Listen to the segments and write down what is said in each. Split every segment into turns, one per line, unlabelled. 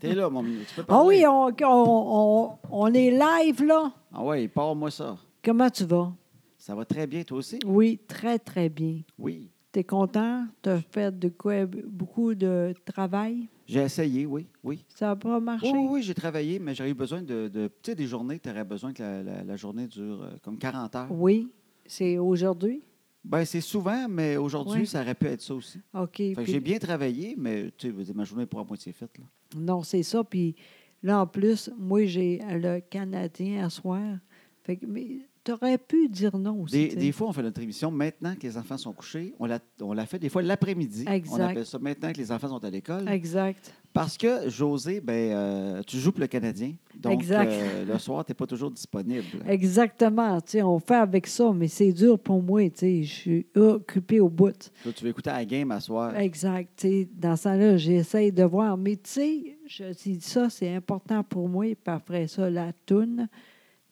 T'es là, mon minute. Tu peux
Ah
parler.
oui, on, on- on- on est live, là.
Ah ouais, pars-moi ça.
Comment tu vas?
Ça va très bien, toi aussi?
Oui, très, très bien.
Oui.
T'es content? T'as fait de quoi, beaucoup de travail?
J'ai essayé, oui, oui.
Ça n'a pas
Oui,
marché?
oui, oui, j'ai travaillé, mais j'aurais eu besoin de. de tu sais, des journées, tu aurais besoin que la, la- la journée dure euh, comme 40 heures.
Oui, c'est aujourd'hui?
Ben, c'est souvent, mais aujourd'hui,
Ouais.
ça aurait pu être ça aussi.
OK.
Fait que
puis-
j'ai bien travaillé, mais tu sais, je veux dire, ma journée est pas à moitié faite. là.
Non, c'est ça. Puis là, en plus, moi, j'ai le Canadien à soir. Fait que, mais t'aurais pu dire non aussi.
Des,
tu sais.
des fois, on fait notre émission maintenant que les enfants sont couchés. On la, on la fait des fois l'après-midi. On
Exact.
appelle ça maintenant que les enfants sont à l'école.
Exact.
Parce que, José, ben, euh, tu joues pour le Canadien. Donc,
Exact.
euh, le soir, tu n'es pas toujours disponible.
Exactement. Tu sais, on fait avec ça, mais c'est dur pour moi. tu sais. Je suis occupée au bout.
Là, tu veux écouter la game à soir.
Exact. tu sais, dans ce temps-là, j'essaie de voir. Mais tu sais, je dis ça, c'est important pour moi. Puis après ça, la toune.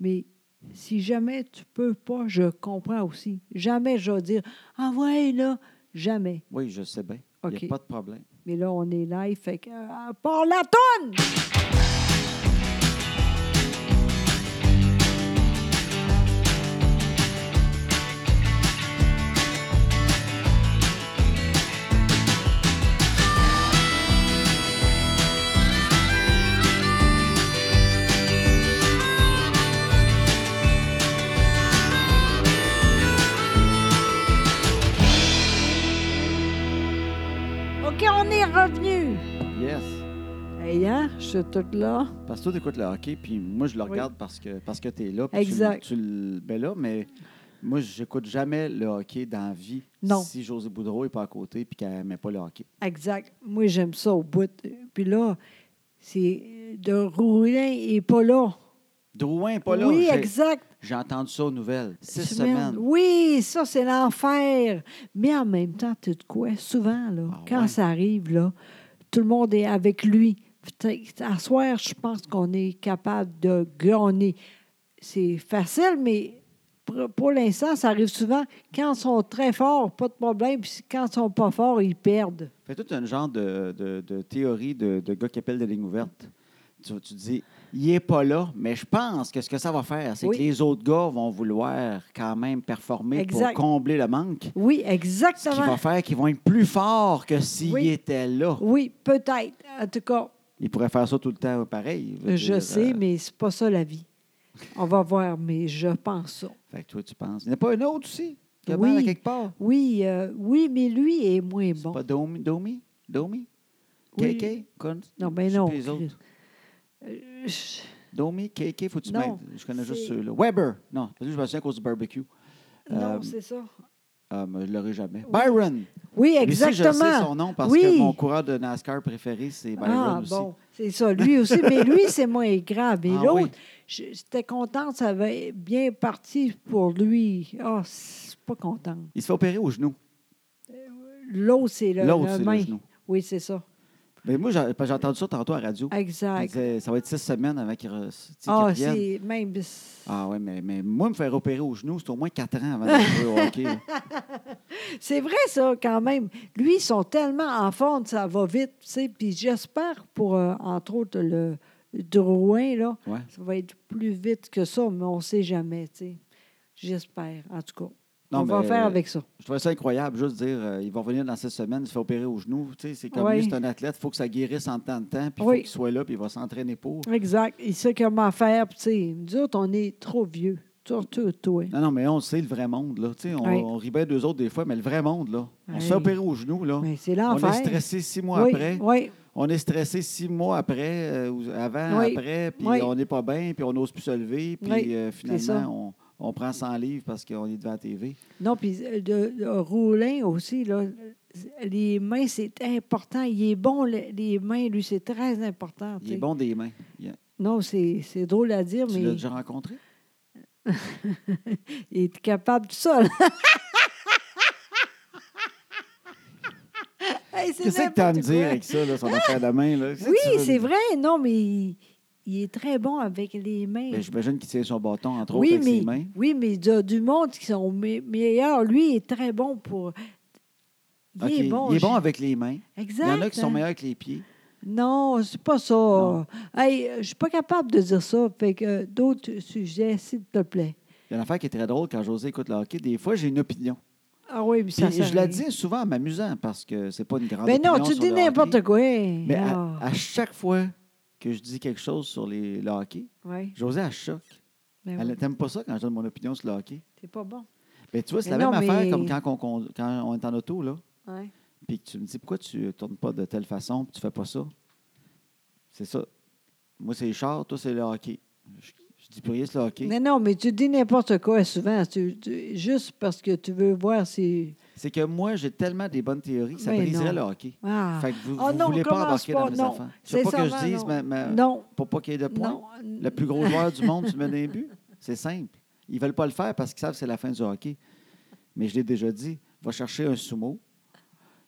Mais si jamais tu peux pas, je comprends aussi. Jamais je vais dire Ah ouais, là, jamais.
Oui, je sais bien. Il n'y
OK.
a pas de problème.
Mais là, on est live, fait que... euh, Par la tonne! OK, on est revenu!
Yes.
Hey, hein? Je suis toute là.
Parce que toi, tu écoutes le hockey, puis moi, je le
Oui.
regarde parce que, parce que tu es là. puis
Exact.
Tu, le- tu le mets là, mais moi, j'écoute jamais le hockey dans la vie
Non.
si José Boudreau n'est pas à côté puis qu'elle n'aimait pas le hockey.
Exact. Moi, j'aime ça au bout. Puis là, c'est... De Roulin est pas là.
Drouin n'est pas là.
oui,
J'ai-
exact.
J'ai entendu ça aux nouvelles. Six
Semaine.
semaines.
Oui, ça, c'est l'enfer. Mais en même temps, tu sais de quoi? Souvent, là,
Ah
quand
ouais.
ça arrive, là, tout le monde est avec lui. Putain, À soir, je pense qu'on est capable de gagner. C'est facile, mais pour, pour l'instant, ça arrive souvent. Quand ils sont très forts, pas de problème. Puis quand ils sont pas forts, ils perdent.
Fait tout un genre de, de- de théorie de, de gars qui appelle de ligne ouverte. Tu, tu dis, il n'est pas là, mais je pense que ce que ça va faire, c'est
Oui.
que les autres gars vont vouloir quand même performer
Exact.
pour combler le manque.
Oui,
Ce qui va
exactement.
faire qu'ils vont être plus forts que s'ils
Oui.
étaient là.
Oui, peut-être. En tout cas,
Ils pourraient faire ça tout le temps pareil. veux
je
dire,
sais,
euh,
mais c'est pas ça la vie. On va voir, mais je pense ça.
Fait que toi, tu penses. Il n'y en a pas un autre aussi qui a
Oui.
mal à quelque part.
Oui, euh, oui, mais lui est moins
C'est
bon.
pas Domi? Domi? Domi?
Oui.
KK? Con-
Non, ben
je sais
non,
plus les autres.
Chris. Euh, je-
Domi, KK, faut que tu
Non,
m'aides. Je connais
c'est-
juste ceux-là. Weber. Non, parce que je me souviens à cause du barbecue.
Non,
Euh,
c'est ça.
Ah, mais je ne l'aurai jamais. Byron. Lui
Oui,
aussi, je
exactement.
sais son nom parce que
Oui.
mon coureur de NASCAR préféré, c'est Byron
ah,
aussi.
bon, c'est ça. Lui aussi, mais lui, c'est moins grave. Et
Ah,
l'autre,
oui.
je- j'étais contente, ça avait bien parti pour lui. Ah, c'est pas contente.
Il se fait opérer au genou.
L'autre, c'est le,
L'autre,
le
c'est le
main.
genou.
Oui, c'est ça.
Mais moi, j'ai parce que j'ai entendu ça tantôt à la radio. Il
Exact.
disait, ça va être six semaines avant qu'il re- tu sais, qu'il
Ah,
revienne.
c'est même.
Ah oui, mais, mais moi, me faire opérer au genou, c'est au moins quatre ans avant de jouer au hockey. là.
C'est vrai, ça, quand même. Lui, ils sont tellement en forme, ça va vite, tu sais. Puis j'espère pour, euh, entre autres, le Drouin, là,
Ouais.
ça va être plus vite que ça, mais on ne sait jamais, tu sais. J'espère, en tout cas.
Non,
on va
mais- euh,
faire avec ça.
Je trouvais ça incroyable, juste dire, euh, il va revenir dans six semaines, il se fait opérer au genou. Tu sais, C'est comme
Ouais.
lui, c'est un athlète, il faut que ça guérisse en temps de temps, puis il
Oui.
faut qu'il soit là, puis il va s'entraîner pour.
Exact. Il sait comment faire, puis tu sais. Nous autres, on est trop vieux. Surtout toi.
Non, non, mais on le sait, le vrai monde, là. Tu sais, on,
Ouais.
on rit bien deux autres des fois, mais le vrai monde, là. On se fait
Ouais.
opérer au genou, là.
Mais c'est
On
l'enfer.
est stressé six mois
oui,
après.
Oui,
On est stressé six mois après, euh, ou avant,
Oui.
après, puis
Oui.
on n'est pas bien, puis on n'ose plus se lever, puis
Oui,
euh,
ça.
finalement, on, on prend 100 livres parce qu'on est devant la TV.
Non, puis euh, de, de Roulin aussi, là, les mains, c'est important. Il est bon, le- les mains, lui, c'est très important. tu
Il est
sais.
bon des mains. Il-
Non, c'est c'est drôle à dire,
Tu l'as
mais
déjà rencontré?
il est capable de ça. là. Hey, c'est
Qu'est-ce que tu as à me
n'importe
dire
quoi.
avec ça, là, son affaire de main? Là? Qu'est-ce que tu
Oui,
veux?
c'est vrai. Non, mais il, il est très bon avec les mains.
Ben, J'imagine qu'il tient son bâton, entre
Mm. oui,
autres, avec
mais,
ses mains.
oui, mais il y a du monde qui sont me- meilleurs. Lui, il est très bon pour Il
OK.
est bon.
il est
je-
bon avec les mains.
Exact.
Il y en a qui sont
hein.
meilleurs avec les pieds.
Non, c'est pas
Non.
ça. Hey, euh, je suis pas capable de dire ça. Fait que euh, d'autres sujets, s'il te plaît.
Il y a une affaire qui est très drôle quand José écoute le hockey. Des fois, j'ai une opinion.
Ah oui, mais
Puis
ça
je la dis souvent en m'amusant parce que c'est pas une grande
Mais Ben non,
opinion
tu
sur
dis
le hockey.
n'importe quoi.
Mais à,
Ah,
à chaque fois que je dis quelque chose sur les, le hockey,
ouais,
José, elle choque.
ben
Elle
oui,
n'aime pas ça quand je donne mon opinion sur le hockey.
t'es pas bon.
Mais tu vois, c'est la
Mais
même
Ben non,
affaire
mais-
comme quand on, con- quand on est en auto, là,
Ouais.
puis que tu me dis pourquoi tu ne tournes pas de telle façon, puis tu fais pas ça. C'est ça. Moi, c'est les chars, toi, c'est le hockey. Je, je dis plus rien sur le hockey.
Mais non, mais tu dis n'importe quoi souvent. tu- tu- juste parce que tu veux voir si.
C'est que moi, j'ai tellement des bonnes théories que ça
Mais
briserait
non.
le hockey.
Ah.
Fait que vous
Ah
ne
non,
voulez pas
commence
embarquer dans
pas,
mes
non.
affaires. Je veux pas que je
Sincèrement,
dise,
non.
ma- ma-
non,
pour pas qu'il y ait de points.
non.
Le plus gros joueur du monde, tu le mets dans les buts. C'est simple. Ils ne veulent pas le faire parce qu'ils savent que c'est la fin du hockey. Mais je l'ai déjà dit, va chercher un sumo.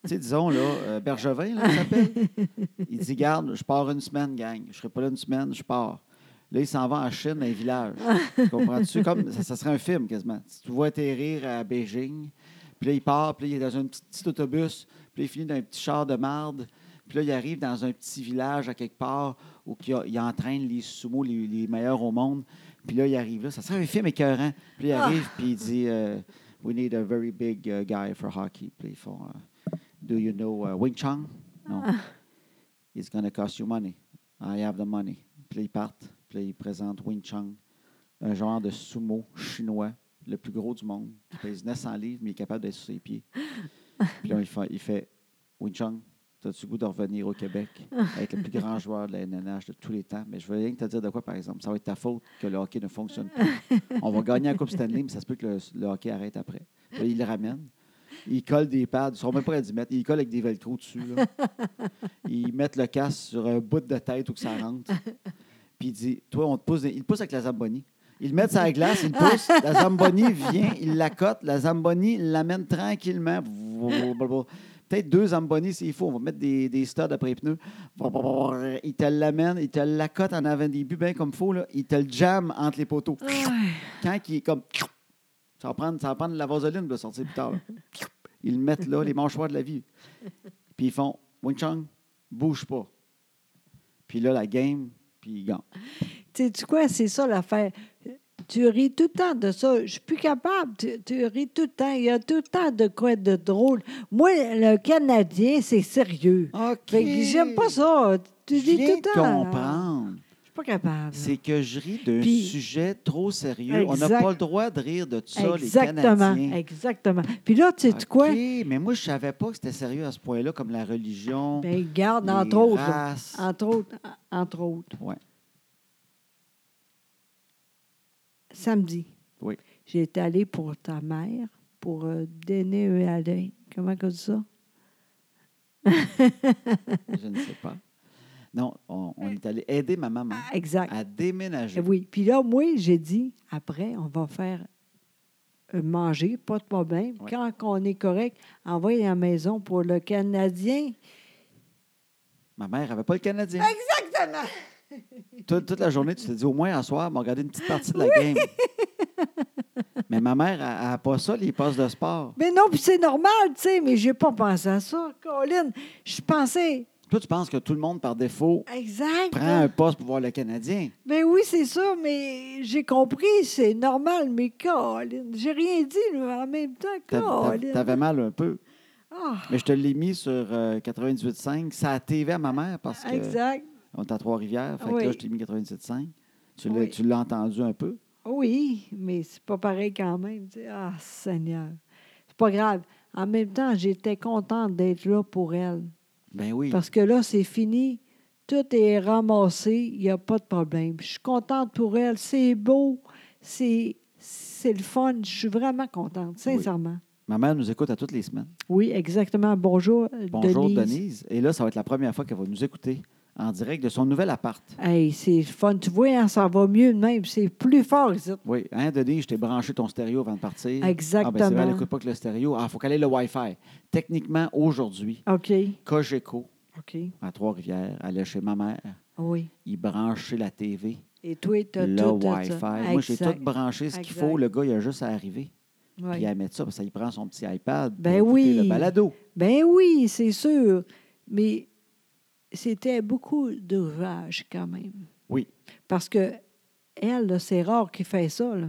Tu sais, disons, là, euh, Bergevin, là, il s'appelle. Il dit, garde, je pars une semaine, gang. Je ne serai pas là une semaine, je pars. Là, il s'en va en Chine, dans les villages. Tu Comprends-tu? Comme, ça, ça serait un film, quasiment. Tu te vois atterrir à Beijing, puis là, il part, puis là, il est dans un petit, petit autobus, puis là, il finit dans un petit char de marde, puis là, il arrive dans un petit village à quelque part où qu'il a- il, entraîne les sumo, les, les meilleurs au monde. Puis là, il arrive là. Ça serait un film écœurant. Puis là, il arrive, puis il dit euh, We need a very big uh, guy for hockey. Puis là, ils font euh, Do you know uh, Wing Chun? Non. It's going to cost you money. I have the money. Puis là, ils partent. Puis là, ils présentent Wing Chun, un genre de sumo chinois, le plus gros du monde, qui pèse 900 livres, mais il est capable d'être sur ses pieds. Puis là, il fait, il fait Wing Chun, as-tu le goût de revenir au Québec avec le plus grand joueur de la NNH de tous les temps? Mais je veux rien que te dire de quoi, par exemple. Ça va être ta faute que le hockey ne fonctionne plus. On va gagner la Coupe Stanley, mais ça se peut que le, le hockey arrête après. Puis là, il le ramène. Il colle des pads, ils ne sont même pas à 10 mètres. Ils collent avec des velcro dessus. là. Ils mettent le casque sur un bout de tête où que ça rentre. Puis il dit Toi, on te pousse. des- Il te pousse avec la Zamboni. Ils le mettent sur la glace, il le pousse. La Zamboni vient, il la cote. La Zamboni l'amène tranquillement. Peut-être deux Zamboni s'il faut. On va mettre des, des studs après les pneus. Il te l'amène, il te la cote en avant des buts, bien comme il faut. Là. Il te le jam entre les poteaux. Quand il est comme. Ça va prendre, ça va prendre de la vaseline pour le sortir plus tard. là. Ils le mettent là, les mâchoires de la vie. Puis ils font Wing Chun, bouge pas. Puis là, la game, puis ils gagnent.
Tu sais quoi, c'est ça l'affaire. Tu ris tout le temps de ça. Je suis plus capable. Tu, tu ris tout le temps. Il y a tout le temps de quoi de drôle. Moi, le Canadien, c'est sérieux.
OK.
Fait que Ben, j'aime pas ça. Tu
Je
dis tout
viens
le
de
temps.
comprendre.
Je suis pas capable.
C'est que je ris d'un
Puis-
sujet trop sérieux. On n'a
Exact.
pas le droit de rire de ça, les
Exactement.
Canadiens.
Exactement. Puis là, tu sais
OK,
quoi?
Mais moi, je savais pas que c'était sérieux à ce point-là, comme la religion,
Ben, garde,
les
entre autres. là.
races.
Entre autres. en- Entre autres.
Ouais.
Samedi.
Oui.
J'étais allée pour ta mère pour euh, donner un Alain. Comment on dit ça?
Je ne sais pas. Non, on, on est allé aider ma maman
Ah, Exact. Eh
à déménager.
Oui. Puis là, moi, j'ai dit, après, on va faire euh, manger, pas de problème.
Ouais.
Quand on est correct, envoyer à la maison pour le Canadien.
Ma mère n'avait pas le Canadien.
Exactement.
Toi, toute la journée, tu te dis au moins à soir, on va regarder une petite partie de la game. Mais ma mère, elle n'a pas ça, les passes de sport.
Mais non, puis c'est normal, tu sais, mais j'ai pas pensé à ça, Colin. Je pensais,
Toi, tu penses que tout le monde, par défaut,
exact.
prend un poste pour voir le Canadien.
Mais oui, c'est ça, mais j'ai compris, c'est normal, mais Colin, j'ai rien dit là, en même temps,
T'av-
Colin.
t'av- T'avais mal un peu.
Ah,
Mais je te l'ai mis sur euh, 98.5. Ça a TV à ma mère parce
Ah,
que
exact.
on est à Trois-Rivières. Fait que
Oui.
là, je t'ai mis 97.5. Tu l'as-
Oui.
tu l'as entendu un peu.
Oui, mais c'est pas pareil quand même. tu sais. Ah, Seigneur. C'est pas grave. En même temps, j'étais contente d'être là pour elle.
Ben oui.
Parce que là, c'est fini. Tout est ramassé. Il n'y a pas de problème. Je suis contente pour elle. C'est beau. C'est, c'est le fun. Je suis vraiment contente, sincèrement.
Ma mère nous écoute à toutes les semaines.
Oui, exactement. Bonjour, euh,
Bonjour,
Denise.
Denise. Et là, ça va être la première fois qu'elle va nous écouter en direct de son nouvel appart.
Hey, c'est le fun. Tu vois, hein, ça va mieux de même. C'est plus fort, ça.
Oui, hein, Denis, je t'ai branché ton stéréo avant de partir. Ah, ben, c'est vrai,
Exactement.
elle n'écoute pas que le stéréo. Ah, il faut qu'elle ait le Wi-Fi. Techniquement, aujourd'hui,
OK.
Cogeco,
OK.
à Trois-Rivières, allait chez ma mère,
Oui.
il branchait la TV,
Et toi, tu as
le
tout.
Wi-Fi.
t'as-
Moi, j'ai
Exact.
tout branché ce qu'il
Exact.
faut. Le gars, il a juste à arriver. Puis
Oui.
elle met ça, parce qu'il prend son petit iPad. pour
Ben
écouter
oui.
Le balado.
Ben oui, c'est sûr. Mais c'était beaucoup de rage quand même.
Oui.
Parce que elle, là, c'est rare qu'il fait ça. Là.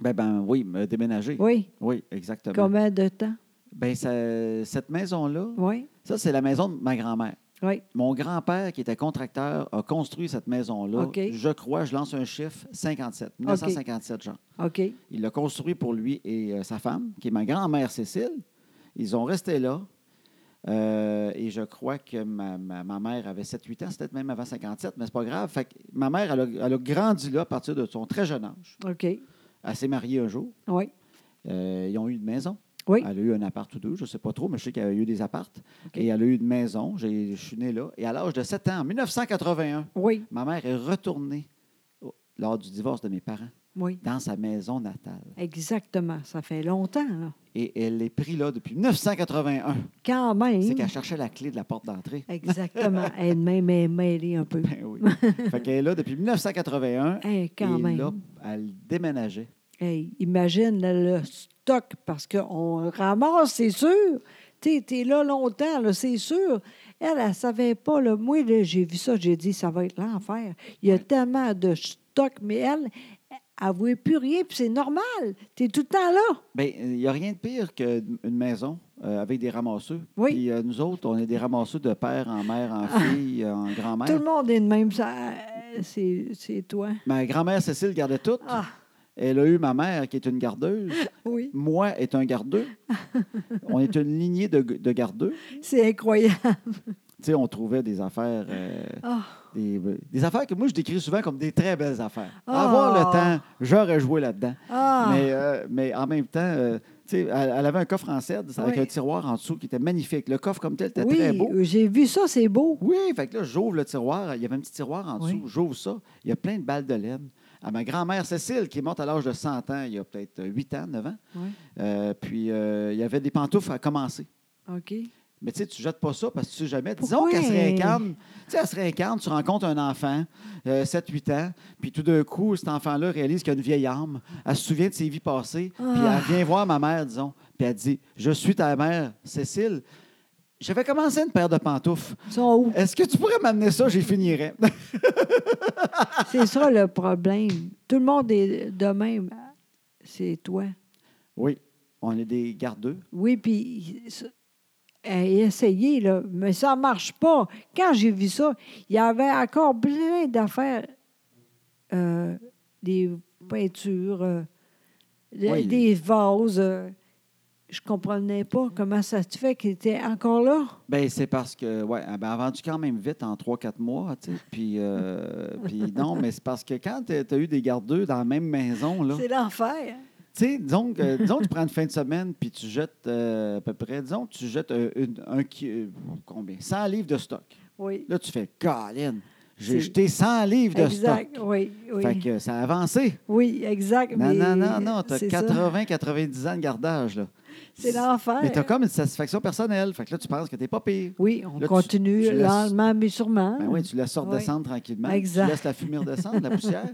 Ben, ben oui, me déménager. Oui,
Oui.
exactement.
Combien de temps?
Ben, ça- cette maison-là,
Oui.
ça, c'est la maison de ma grand-mère.
Oui.
Mon grand-père, qui était contracteur, a construit cette maison-là.
OK.
Je crois, je lance un chiffre, 57, 1957, genre.
OK.
Il l'a construit pour lui et euh, sa femme, qui est ma grand-mère Cécile. Ils ont resté là. Euh, et je crois que ma, ma- ma mère avait 7-8 ans, c'est peut-être même avant 57, mais c'est pas grave. Fait que ma mère, elle a, elle a grandi là à partir de son très jeune âge.
OK.
Elle s'est mariée un jour.
Oui.
Euh, ils ont eu une maison.
Oui.
Elle a eu un appart ou deux, je ne sais pas trop, mais je sais qu'elle a eu des appartes. Et elle a eu une maison. J'ai- Je suis né là. Et à l'âge de 7 ans, en 1981,
Oui.
ma mère est retournée au- lors du divorce de mes parents
Oui.
dans sa maison natale.
Exactement. Ça fait longtemps, là.
Et elle est prise là depuis 1981.
Quand même.
C'est qu'elle cherchait la clé de la porte d'entrée.
Exactement. Elle-même est mêlée un peu.
Ben oui. fait qu'elle est là depuis 1981.
Hey, quand
et
même.
là, elle déménageait.
Hey, imagine le, le stock, parce qu'on ramasse, c'est sûr. Tu es là longtemps, là, c'est sûr. Elle, elle ne savait pas. Là. Moi, là, j'ai vu ça, j'ai dit, ça va être l'enfer. Il y a tellement de stock, mais elle, elle ne voulait plus rien, puis c'est normal. Tu es tout le temps là.
Bien, Ben, il n'y a rien de pire qu'une maison euh, avec des ramasseux.
Oui. Ah.
Puis euh, nous autres, on est des ramasseux de père en mère, en fille, euh, en
Tout
grand-mère.
le monde est de même. ça, euh, C'est c'est toi.
Ma grand-mère Cécile gardait tout.
Ah,
Elle a eu ma mère, qui est une gardeuse.
oui.
Moi, est un gardeux. on est une lignée de, de gardeux.
C'est incroyable.
Tu sais, on trouvait des affaires... euh,
Ah,
des, des affaires que moi, je décris souvent comme des très belles affaires.
Ah.
Avoir le temps, j'aurais joué là-dedans.
ah.
Mais, euh, mais en même temps, euh, tu sais, elle, elle avait un coffre en cèdre avec
Oui.
un tiroir en dessous qui était magnifique. Le coffre comme tel était
oui, euh,
très beau.
j'ai vu ça, c'est beau.
Oui, fait que là, j'ouvre le tiroir. Il y avait un petit tiroir en dessous.
Oui.
J'ouvre ça. Il y a plein de balles de laine. À ma grand-mère Cécile, qui est morte à l'âge de 100 ans, il y a peut-être 8 ans, 9 ans.
Oui.
Euh, puis, euh, il y avait des pantoufles à commencer.
OK.
Mais tu sais, tu jettes pas ça parce que tu sais jamais. Disons
Pourquoi?
qu'elle se réincarne. Tu sais, elle se réincarne, tu rencontres un enfant, 7-8 ans, puis tout d'un coup, cet enfant-là réalise qu'il a une vieille âme. Elle se souvient de ses vies passées, puis
Ah.
elle vient voir ma mère, disons, puis elle dit Je suis ta mère, Cécile. J'avais commencé une paire de pantoufles.
Ils sont où?
Est-ce que tu pourrais m'amener ça? J'y finirais.
C'est ça le problème. Tout le monde est de même. C'est toi.
oui, on est des gardeux.
Oui, puis ça- hey, essayez, là, mais ça marche pas. Quand j'ai vu ça, il y avait encore plein d'affaires. euh, des peintures, euh, le-
Oui.
des vases. euh, je comprenais pas comment ça se fait qu'ils étaient encore là.
Ben, c'est parce que, ouais, ah, ben, elle a vendu quand même vite en 3-4 mois, tu sais. Puis, euh, puis non, mais c'est parce que quand tu as eu des gardeux dans la même maison, là.
C'est l'enfer.
Tu sais, disons, que- disons que tu prends une fin de semaine puis tu jettes euh, à peu près, disons que tu jettes euh, une- un, qui- euh, combien? 100 livres de stock.
Oui.
Là, tu fais, Colin, j'ai
C'est-
jeté 100 livres de
Exact.
stock.
Oui, oui.
Fait que ça a avancé.
Oui, exact.
Non,
mais
non, non, non, t'as
c'est ça.
80-90 ans de gardage, là.
C'est l'enfer.
Mais t'as comme une satisfaction personnelle. Fait que là, tu penses que t'es pas pire.
Oui, on
Là, tu-
continue
tu laisses-
lentement, mais sûrement.
Ben oui, tu laisses sortir
Oui.
descendre tranquillement.
Exact.
Tu laisses la fumée redescendre, la poussière.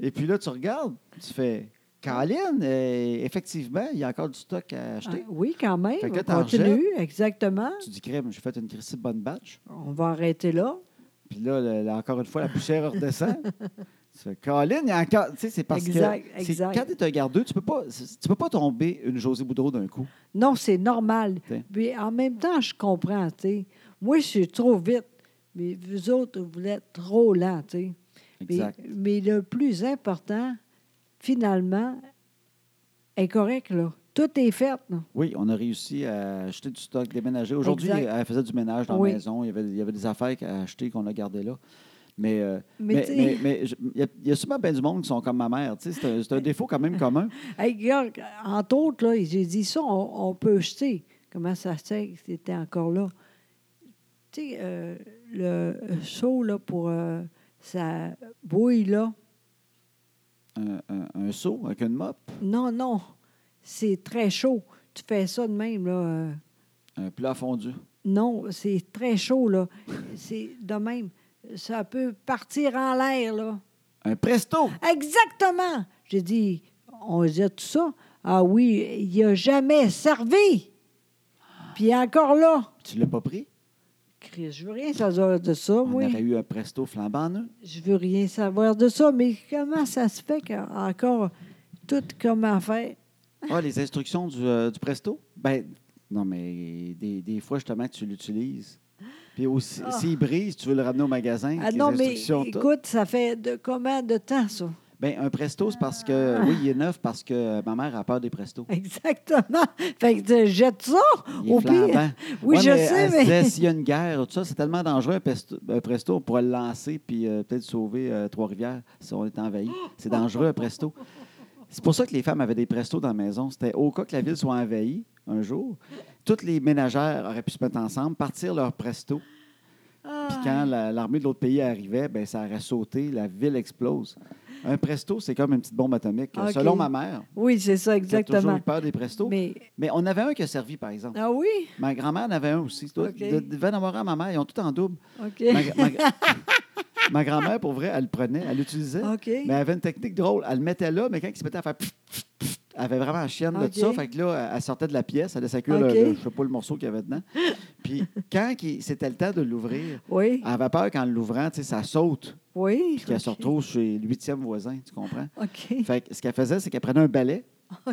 Et puis là, tu regardes, tu fais, Colin, euh, effectivement, il y a encore du stock à
Ah,
acheter.
oui, quand même.
Fait que là,
on
t'en
continue, exactement.
Tu dis, crème, j'ai fait une crise de bonne batch.
On va arrêter là.
Puis là, le- là, encore une fois, la poussière redescend. tu fais, Colin, il y a encore. Tu sais, c'est parce
Exact,
que. c'est-
exact.
Quand tu es un gardeux, tu peux pas, c'est- tu peux pas tomber une Josée Boudreau d'un coup.
Non, c'est normal.
T'sais.
Puis en même temps, je comprends, tu sais. Moi, je suis trop vite, mais vous autres, vous êtes trop lent, tu sais. Mais-
Exact.
Mais, le plus important, finalement, est correct, là. Tout est fait, là.
Oui, on a réussi à acheter du stock, déménager. Aujourd'hui,
Exact.
elle faisait du ménage dans
Oui.
la maison. Il y, avait, il y avait des affaires à acheter qu'on a gardées là. Mais, euh,
Mais
mais,
tu sais-
mais- mais je- il y a- il y, a sûrement bien du monde qui sont comme ma mère. tu sais, C'est un, c'est un défaut quand même commun.
Hey, regarde, entre autres, là, j'ai dit ça, on, on peut jeter. Comment ça se fait que c'était encore là? Tu sais, euh, le seau là, pour euh, sa bouille, là.
Un, un- un seau avec une mop,
Non, non, c'est très chaud. Tu fais ça de même, là. euh,
un plat fondu.
Non, c'est très chaud, là. C'est de même. Ça peut partir en l'air, là.
Un presto!
Exactement! J'ai dit, on jette tout ça. Ah oui, il n'a jamais servi. Puis il est encore là.
Tu ne l'as pas pris?
Chris, je veux rien savoir de ça,
On
moi.
aurait eu un presto flambant neuf.
Je veux rien savoir de ça, mais comment ça se fait qu'encore tout comment faire?
Ah, les instructions du, euh, du presto? Ben, non, mais des, des fois, justement, tu l'utilises. Puis aussi,
Ah.
s'il brise, tu veux le ramener au magasin.
Ah
avec les
non, mais
instructions, tout.
écoute, ça fait de combien de temps, ça?
Ben, un presto, c'est parce
Ah.
que. Oui, il est neuf parce que ma mère a peur des prestos.
Exactement. Fait que tu jettes ça
Il est
au pire.
flambant.
Oui,
Ouais,
je
mais
sais,
elle se disait,
mais.
S'il y a une guerre, tout ça, c'est tellement dangereux, un pesto- un presto, on pourrait le lancer puis euh, peut-être sauver euh, Trois-Rivières si on est envahi. C'est dangereux, un presto. C'est pour ça que les femmes avaient des prestos dans la maison. C'était au cas que la ville soit envahie un jour, toutes les ménagères auraient pu se mettre ensemble, partir leur presto. Puis
Ah,
quand la- l'armée de l'autre pays arrivait, ben, ça aurait sauté, la ville explose. Un presto, c'est comme une petite bombe atomique.
Ok.
Selon ma mère,
Oui, c'est ça,
qui a toujours
exactement.
eu peur des prestos. Mais...
Mais.
on avait un qui a servi, par exemple.
Ah oui?
Ma grand-mère en avait un aussi. Toi,
OK.
de- de- Van Amora, ma mère, ils ont tout en double.
OK.
Ma, gra- ma gra- ma grand-mère, pour vrai, elle le prenait, elle l'utilisait.
OK.
Mais elle avait une technique drôle. Elle le mettait là, mais quand il se mettait à faire pfff, pfff, pfff, elle avait vraiment la chienne de
OK.
tout ça. Fait que là, elle- elle sortait de la pièce, elle laissait cuire
OK.
le, le- je sais pas, le morceau qu'il y avait dedans. Puis quand qu'il- c'était le temps de l'ouvrir,
Oui,
elle avait peur qu'en l'ouvrant, tu sais, ça saute,
oui.
puis qu'elle se
OK.
retrouve chez l'huitième voisin, tu comprends?
OK.
Fait que ce qu'elle faisait, c'est qu'elle prenait un balai.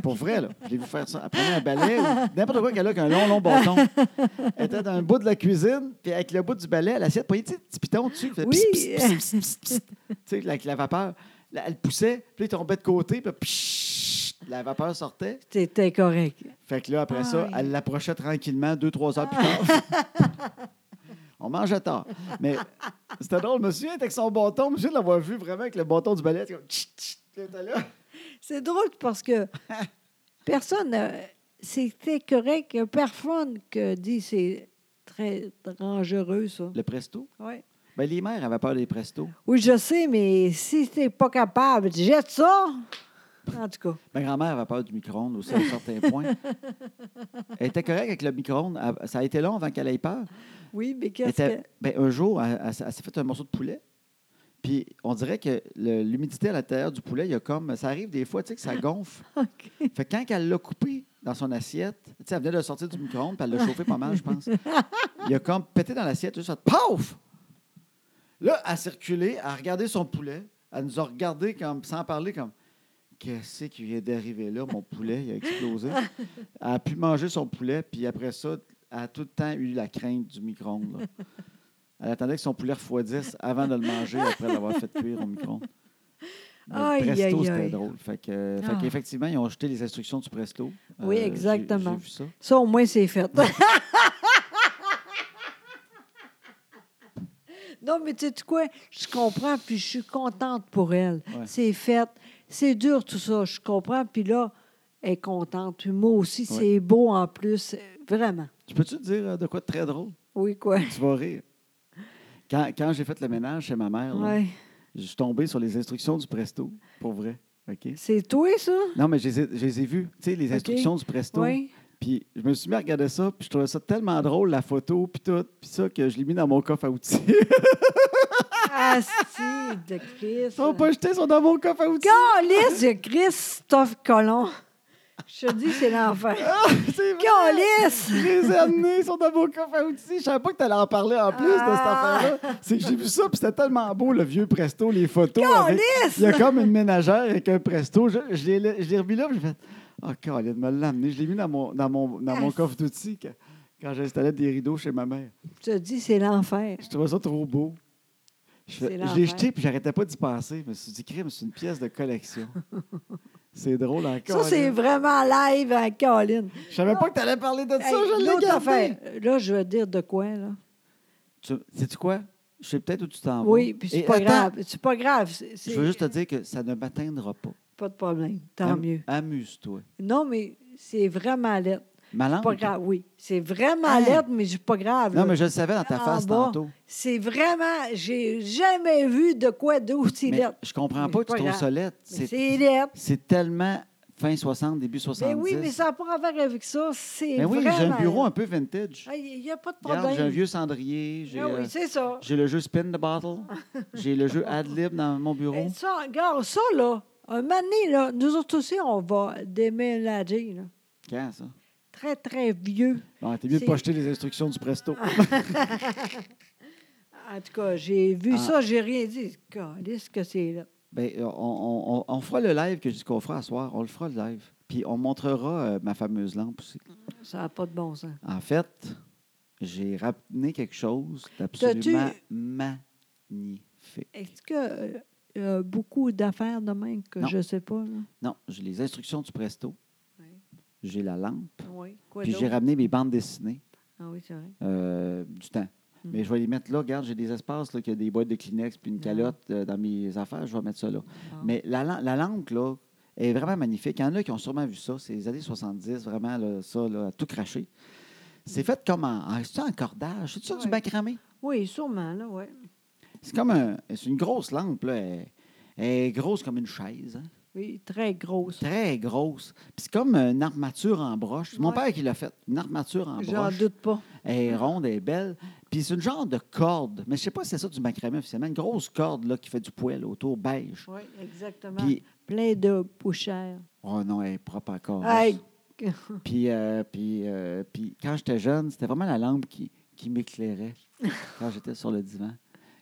Pour vrai, là. Je l'ai vu faire ça. Elle prenait un balai ou n'importe quoi qu'elle a, qu'un long, long bâton. Elle était dans le bout de la cuisine, puis avec le bout du balai, elle essayait de poigner, tu sais, petit piton dessus. puis elle
Oui.
faisait pss, pss, pss, pss, pss, pss. Tu sais, avec la vapeur. Là, elle poussait, puis là, il tombait de côté, puis là, pshhh, la vapeur sortait.
C'était correct.
Fait que là, après ça,
Aïe.
elle l'approchait tranquillement deux, trois heures plus tard. On mangeait tard. Mais c'était drôle. Je me souviens, était avec son bâton, je me souviens de l'avoir vu vraiment avec le bâton du balai. c'est comme tch, tch, puis elle était là.
C'est drôle parce que personne. euh, C'était correct. Il y a Personne qui dit c'est très dangereux, ça.
Le presto.
Ouais.
Ben, les mères avaient peur des prestos.
Oui, je sais, mais si t'es pas capable, jette ça. En tout cas.
Ma grand-mère avait peur du micro-ondes aussi à un certain point. Elle était correcte avec le micro-ondes. Elle- Ça a été long avant qu'elle ait peur.
Oui, mais
Elle
qu'est-ce
était-
que.
ben, un jour, elle, elle s- elle s'est fait un morceau de poulet. Puis on dirait que le- l'humidité à l'intérieur du poulet, il y a comme. Ça arrive des fois, tu sais, que ça gonfle.
OK.
Fait que quand elle l'a coupé dans son assiette, tu sais, elle venait de le sortir du micro-ondes, puis elle l'a chauffé pas mal, je pense. Il a comme pété dans l'assiette, juste fait PAUF! Là, elle a circulé, elle a regardé son poulet, elle nous a regardé comme, sans parler, comme Qu'est-ce qui vient d'arriver là? Mon poulet, il a explosé. Elle a pu manger son poulet, puis après ça, elle a tout le temps eu la crainte du micro-ondes. là. Elle attendait que son poulet refroidisse avant de le manger après l'avoir fait cuire au micro-ondes. Mais
Aïe,
le presto,
aïe,
c'était
aïe.
drôle. Fait que, euh, fait
Ah.
qu'effectivement, ils ont jeté les instructions du presto.
Oui,
Euh, j'ai-
exactement.
J'ai vu ça.
Ça, au moins, c'est fait. non, mais tu sais quoi? Je comprends, puis je suis contente pour elle.
Ouais.
C'est fait. C'est dur, tout ça. Je comprends, puis là, elle est contente. Puis moi aussi, c'est beau en plus. Vraiment.
Tu peux-tu te dire euh, de quoi de très drôle?
Oui, quoi.
Tu vas rire. Quand, quand j'ai fait le ménage chez ma mère, là,
Ouais.
je suis tombé sur les instructions du presto, pour vrai. OK?
C'est toi, ça?
Non, mais je les ai, je les ai vues, tu sais, les
OK.
instructions du presto.
Oui.
Puis je me suis mis à regarder ça, puis je trouvais ça tellement drôle, la photo, puis tout, puis ça, que je l'ai mis dans mon coffre à outils.
Ah, si, de Christ.
Ils sont pas jetés, ils sont dans mon coffre à outils.
Calice de Christophe Colomb. Je te dis, c'est l'enfer.
C'est vrai.
Calice!
Je les ai amenés, ils sont dans mon coffre à outils. Je savais pas que tu allais en parler en plus
Ah!
de cette affaire-là. C'est que j'ai vu ça, puis c'était tellement beau, le vieux Presto, les photos. avec-
Calisse!
Il y a comme une ménagère avec un Presto. Je, je l'ai la- je l'ai remis là, puis j'ai fait Oh, Colin, me l'a amené. Je l'ai mis dans mon, dans mon, dans mon
Ah,
coffre d'outils quand, quand j'installais des rideaux chez ma mère.
Je te dis, c'est l'enfer.
Je trouvais ça trop beau. Je, fais-
C'est
je l'ai
l'enfer.
jeté, puis j'arrêtais pas d'y penser. Je me suis dit, crime, c'est une pièce de collection. c'est drôle encore.
Ça, c'est vraiment live à Colin.
Je savais pas que tu allais parler de ça,
Hey,
je l'ai
l'autre
gardé.
affaire. Là, je veux dire de quoi, là?
Tu, sais-tu quoi? Je sais peut-être où tu t'en vas.
Oui, puis c'est
Ah Et
pas
attends,
grave. C'est pas grave. c'est-
Je
c'est-
veux juste Hein? te dire que ça ne m'atteindra pas.
Pas de problème. Tant
Am-
mieux.
Amuse-toi.
Non, mais c'est vraiment lettre.
Ma langue?
Pas grave, oui. C'est vraiment
Hein?
lettre, mais c'est pas grave.
Ah, Non,
là. Ah
mais je le savais dans ta
En
face
bas.
tantôt.
C'est vraiment... J'ai jamais vu de quoi d'aussi
Mais
lettre.
je comprends
Mais
pas,
c'est
que tu
pas
trouves
grave.
ça lettre.
Mais
C'est,
C'est lettre.
c'est tellement fin 60, début 70.
Mais oui, mais ça n'a pas à voir avec ça. C'est
Mais oui,
vraiment...
j'ai un bureau un peu vintage.
Il n'y a pas de problème.
Regarde, j'ai un vieux cendrier, j'ai,
Ah oui,
euh,
c'est ça.
j'ai le jeu Spin the Bottle, j'ai le jeu Adlib dans mon bureau.
Et ça, regarde, ça, là, Un moment donné, là, nous autres aussi, on va déménager. là.
Quand, ça?
Très, très vieux.
Bon, t'es mieux de
C'est-
pas jeter les instructions du presto.
En tout cas, j'ai vu
Ah.
ça, j'ai rien dit. Qu'est-ce que c'est là?
Ben, on, on- on- on fera le live que je dis qu'on fera à soir. On le fera le live. Puis on montrera euh, ma fameuse lampe aussi.
Ça n'a pas de bon sens.
En fait, j'ai ramené quelque chose
T'as-tu-
d'absolument magnifique.
Est-ce que euh, il y a beaucoup d'affaires de même que
Non.
je ne sais pas? là?
Non, j'ai les instructions du presto.
Oui.
J'ai la lampe.
Oui. Quoi
Puis j'ai
d'autre?
ramené mes bandes dessinées
Ah oui, c'est vrai.
euh, du temps.
Mm.
Mais je vais les mettre là. Regarde, j'ai des espaces, là, qu'il y a des boîtes de Kleenex puis une
Non.
calotte euh, dans mes affaires. Je vais mettre ça là.
Ah.
Mais la, lan- la lampe, là, est vraiment magnifique. Il y en a qui ont sûrement vu ça. C'est les années 70, vraiment, là, ça, là, à tout craché. C'est fait comme en, en- c'est-tu en cordage. C'est ça du
Ouais.
macramé.
Oui, sûrement, là, oui.
C'est comme un- c'est une grosse lampe. Là. Elle, elle est grosse comme une chaise. hein.
Oui, très grosse.
Très grosse. Puis c'est comme une armature en broche. C'est mon
Ouais.
père qui l'a faite. Une armature en
J'en
broche.
doute pas.
Elle est ronde, elle est belle. Puis c'est une genre de corde. Mais je sais pas si c'est ça du macramé officiellement. Une grosse corde là, qui fait du poêle autour beige.
Oui, exactement.
Puis,
Plein de poussière.
oh non, elle est propre encore.
Hey!
Puis, euh, puis, euh, puis quand j'étais jeune, c'était vraiment la lampe qui, qui m'éclairait quand j'étais sur le divan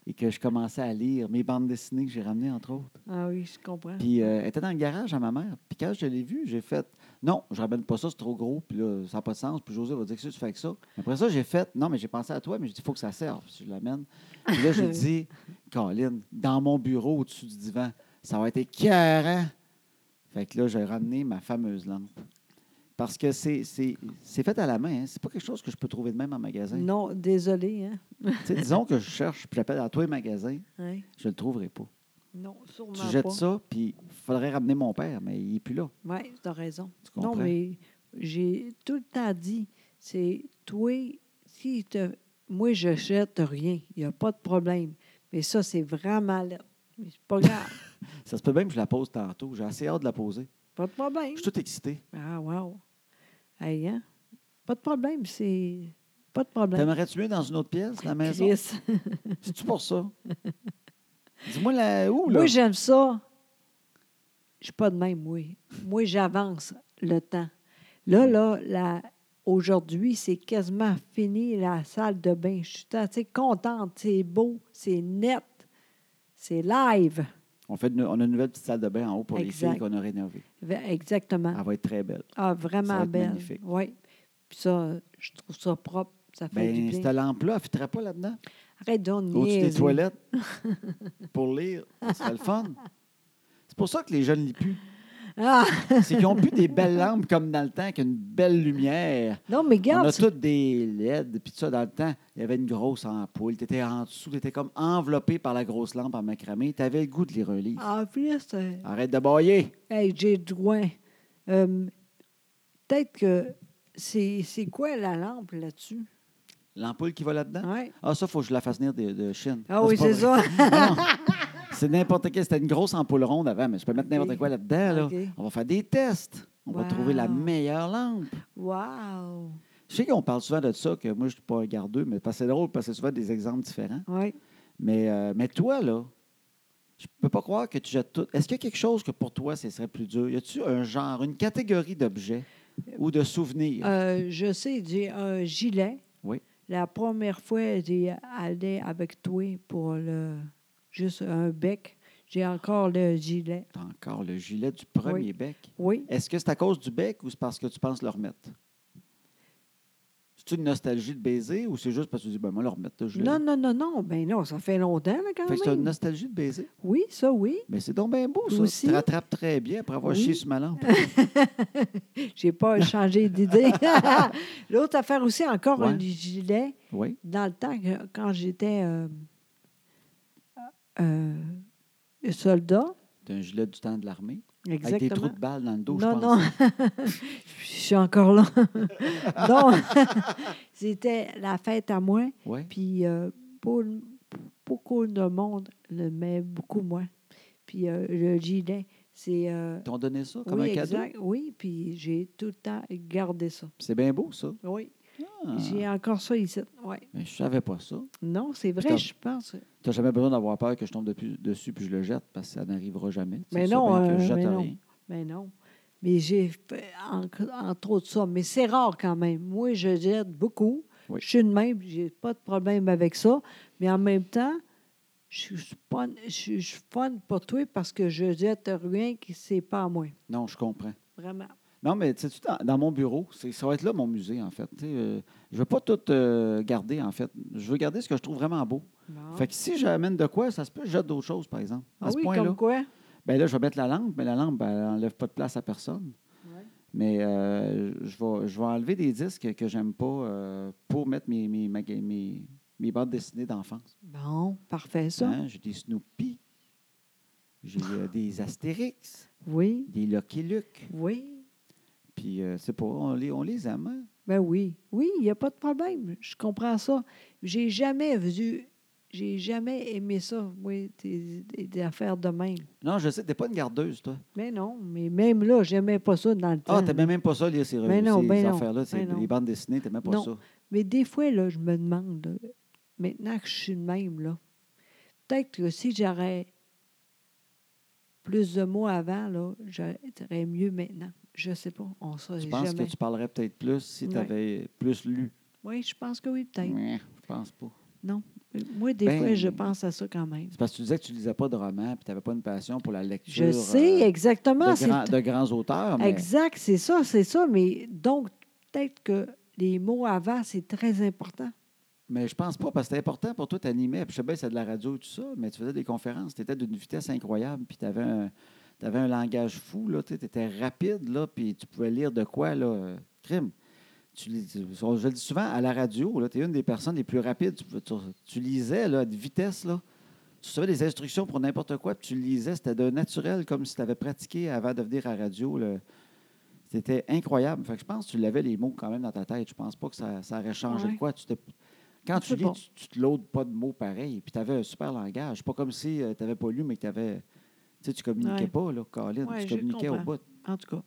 et que je commençais à lire mes bandes dessinées que j'ai ramenées, entre autres.
Ah oui, je comprends.
Puis euh, elle était dans le garage à ma mère. Puis quand je l'ai vue, j'ai fait Non, je ramène pas ça, c'est trop gros, puis là, ça n'a pas de sens. Puis José va dire Qu'est-ce que tu fais avec ça Après ça, j'ai fait Non, mais j'ai pensé à toi, mais j'ai dit Il faut que ça serve si je l'amène. Puis là, j'ai dit Colin, dans mon bureau au-dessus du divan, ça va être écœurant. Fait que là, j'ai ramené ma fameuse lampe. Parce que c'est c'est- c'est fait à la main, hein. c'est pas quelque chose que je peux trouver de même en magasin.
Non, désolé, hein?
Tu sais, disons que je cherche, puis j'appelle à toi les magasins,
Hein?
je le trouverai pas.
Non, sûrement
Tu jettes
pas.
ça, puis il faudrait ramener mon père, mais il est plus là.
Oui, tu as raison.
Tu
Non,
comprends?
mais j'ai tout le temps dit, c'est toi, si te, moi, je jette rien, il n'y a pas de problème. Mais ça, c'est vraiment là. Mais c'est pas grave,
Ça se peut bien que je la pose tantôt. J'ai assez hâte de la poser.
pas de problème.
Je suis tout excité.
Ah, wow. Hey, hein? Pas de problème, c'est. Pas de problème.
T'aimerais-tu mieux dans une autre pièce, la maison?
Chris.
C'est-tu pour ça? Dis-moi la... où, là?
Moi, j'aime ça. Je suis pas de même, oui. Moi, j'avance le temps. Là, là, la- aujourd'hui, c'est quasiment fini la salle de bain. Je suis assez contente. C'est beau, c'est net, c'est live.
on, fait une- on a une nouvelle petite salle de bain en haut pour
Exact.
les filles qu'on a rénovée.
V- Exactement.
Elle va être très belle.
Ah, vraiment
ça va être
belle.
magnifique.
Oui. Puis ça, je trouve ça propre. Ça fait
Ben,
du
cette
bien.
lampe-là, elle fitterait pas là-dedans?
Arrête de
Au-dessus des
niaiser.
toilettes? pour lire? Ce serait le fun. C'est pour ça que les jeunes lient plus.
Ah!
C'est qu'ils ont plus des belles lampes comme dans le temps, avec une belle lumière.
Non, mais
On
garde.
a toutes des LED, puis tout ça, dans le temps, il y avait une grosse ampoule. Tu étais en dessous, tu étais comme enveloppé par la grosse lampe en macramé. Tu avais le goût de lire un livre.
En plus, euh,
Arrête de bailler.
Hey, j'ai droit. Euh, Peut-être que c'est c'est quoi la lampe là-dessus?
L'ampoule qui va là-dedans?
Ouais.
Ah, ça, faut que je la fasse venir de, de Chine.
Ah oui,
pas
c'est
vrai.
ça.
Non, non. C'est n'importe quoi. C'était une grosse ampoule ronde avant, mais je peux mettre n'importe
Ok.
quoi là-dedans. là.
Ok.
On va faire des tests. On va
Wow.
trouver la meilleure lampe.
Wow!
Je sais qu'on parle souvent de ça, que moi, je ne suis pas un gardeux, mais parce que c'est drôle, parce que c'est souvent des exemples différents.
Oui.
Mais, euh, mais toi, là, je peux pas croire que tu jettes tout. Est-ce qu'il y a quelque chose que pour toi, ce serait plus dur? Y a-tu un genre, une catégorie d'objets ou de souvenirs?
Euh, je sais, j'ai un gilet.
Oui.
La première fois, j'ai allé avec toi pour le juste un bec. J'ai encore le gilet.
T'as encore le gilet du premier
oui.
bec.
Oui.
Est-ce que c'est à cause du bec ou c'est parce que tu penses le remettre? C'est une nostalgie de baiser ou c'est juste parce que tu dis, ben, moi, le remettre, le gilet?
Non, non, non, non. Ben non, ça fait longtemps là, quand
Fait que c'est
même.
une nostalgie de baiser.
Oui, ça, oui.
Mais c'est donc bien beau,
Toi
ça.
aussi?
Tu te rattrapes très bien après avoir
Oui.
chié sur ma lampe.
J'ai pas changé d'idée. L'autre affaire aussi, encore
Ouais.
un gilet.
Oui.
dans le temps, que- quand j'étais euh, euh, soldat,
T'as un gilet du temps de l'armée. Avec des trous
exactement.
de balles dans le dos, je
non,
pense.
non, je suis encore là. non, c'était la fête à moi,
Ouais.
puis euh, pour- beaucoup de monde, le- mais beaucoup moins. Puis euh, le gilet, c'est... euh,
Ils t'ont donné ça comme
oui,
un cadeau.
exact, oui, puis j'ai tout le temps gardé ça.
C'est bien beau, ça.
Oui.
Ah,
J'ai encore ça ici. Ouais.
mais je savais pas ça.
Non, c'est
Putain.
vrai, je pense.
Tu n'as jamais besoin d'avoir peur que je tombe depuis- dessus puis je le jette parce que ça n'arrivera jamais. Tu sais,
Mais
ça,
non,
bien que je
euh,
jette
mais non.
rien.
Mais non. Mais j'ai fait en- entre autres ça. Mais c'est rare quand même. Moi, je jette beaucoup.
Oui.
Je suis de même, j'ai pas de problème avec ça. Mais en même temps, je suis fun, je suis fun pour toi parce que je jette rien qui c'est pas à moi.
Non, je comprends.
Vraiment.
Non, mais tu sais, dans, dans mon bureau, c'est- ça va être là mon musée, en fait. Tu sais, euh, je ne veux pas tout euh, garder, en fait. Je veux garder ce que je trouve vraiment beau.
Bon.
Fait que si j'amène de quoi, ça se peut que je jette d'autres choses, par exemple. À
ah
ce
oui,
point-là.
comme quoi?
Ben là, je vais mettre la lampe, mais la lampe, ben, elle n'enlève pas de place à personne.
Ouais.
Mais euh, je, vais, je vais enlever des disques que j'aime pas euh, pour mettre mes, mes, maga- mes, mes bandes dessinées d'enfance.
Bon, parfait ça.
Hein, J'ai des Snoopy, j'ai euh, des Astérix,
Oui,
des Lucky Luke.
oui.
Puis, euh, c'est pas, on les, on les aime. hein?
Ben oui. Oui, il n'y a pas de problème. Je comprends ça. J'ai jamais vu, j'ai jamais aimé ça, oui, des, des- des affaires de même.
Non, je sais, t'es pas une gardeuse, toi.
Mais non, mais même là, j'aimais pas ça dans le temps.
Ah, t'aimais même pas ça, les, ces,
Ben non,
ces
ben non,
affaires-là, ces-
ben non.
les bandes dessinées, t'aimais pas
Non.
ça.
Mais des fois, là, je me demande, là, maintenant que je suis de même, là, peut-être que si j'aurais plus de mots avant, là, j'aurais j'aurais mieux maintenant. Je sais pas, on ne saurait
Je pense
jamais.
que tu parlerais peut-être plus si
Ouais.
tu avais plus lu.
Oui, je pense que oui, peut-être.
Ouais, je pense pas.
Moi, des
Ben-
fois, je pense à ça quand même.
C'est parce que tu disais que tu lisais pas de romans puis tu n'avais pas une passion pour la lecture.
Je sais
euh,
exactement.
de,
c'est
grands-
t-
de grands auteurs. Mais
Exact, c'est ça, c'est ça. Mais donc, peut-être que les mots avant, c'est très important.
Mais je pense pas, parce que c'était important pour toi, tu animais. Puis je sais bien, c'est de la radio et tout ça, mais tu faisais des conférences, tu étais d'une vitesse incroyable, puis tu avais un, t'avais un langage fou, tu étais rapide, là, puis tu pouvais lire de quoi, là, euh, crime. Tu, lis- tu- je le dis souvent, à la radio, tu es une des personnes les plus rapides. Tu, pouvais- tu- tu lisais là, à de vitesse, là. tu recevais des instructions pour n'importe quoi, puis tu lisais, c'était de naturel, comme si tu avais pratiqué avant de venir à la radio. là. C'était incroyable. Fait que je pense que tu l'avais les mots quand même dans ta tête. Je pense pas que ça, ça aurait changé
Ouais.
de quoi. Tu t'es- quand
Je
tu
sais
lis,
pas.
tu, tu te loades pas de mots pareils. Puis tu avais un super langage. Pas comme si tu n'avais pas lu, mais que t'avais- tu sais, tu communiquais
Ouais.
pas, là, Colin.
Ouais,
tu
je
communiquais au
comprends.
bout.
En tout cas,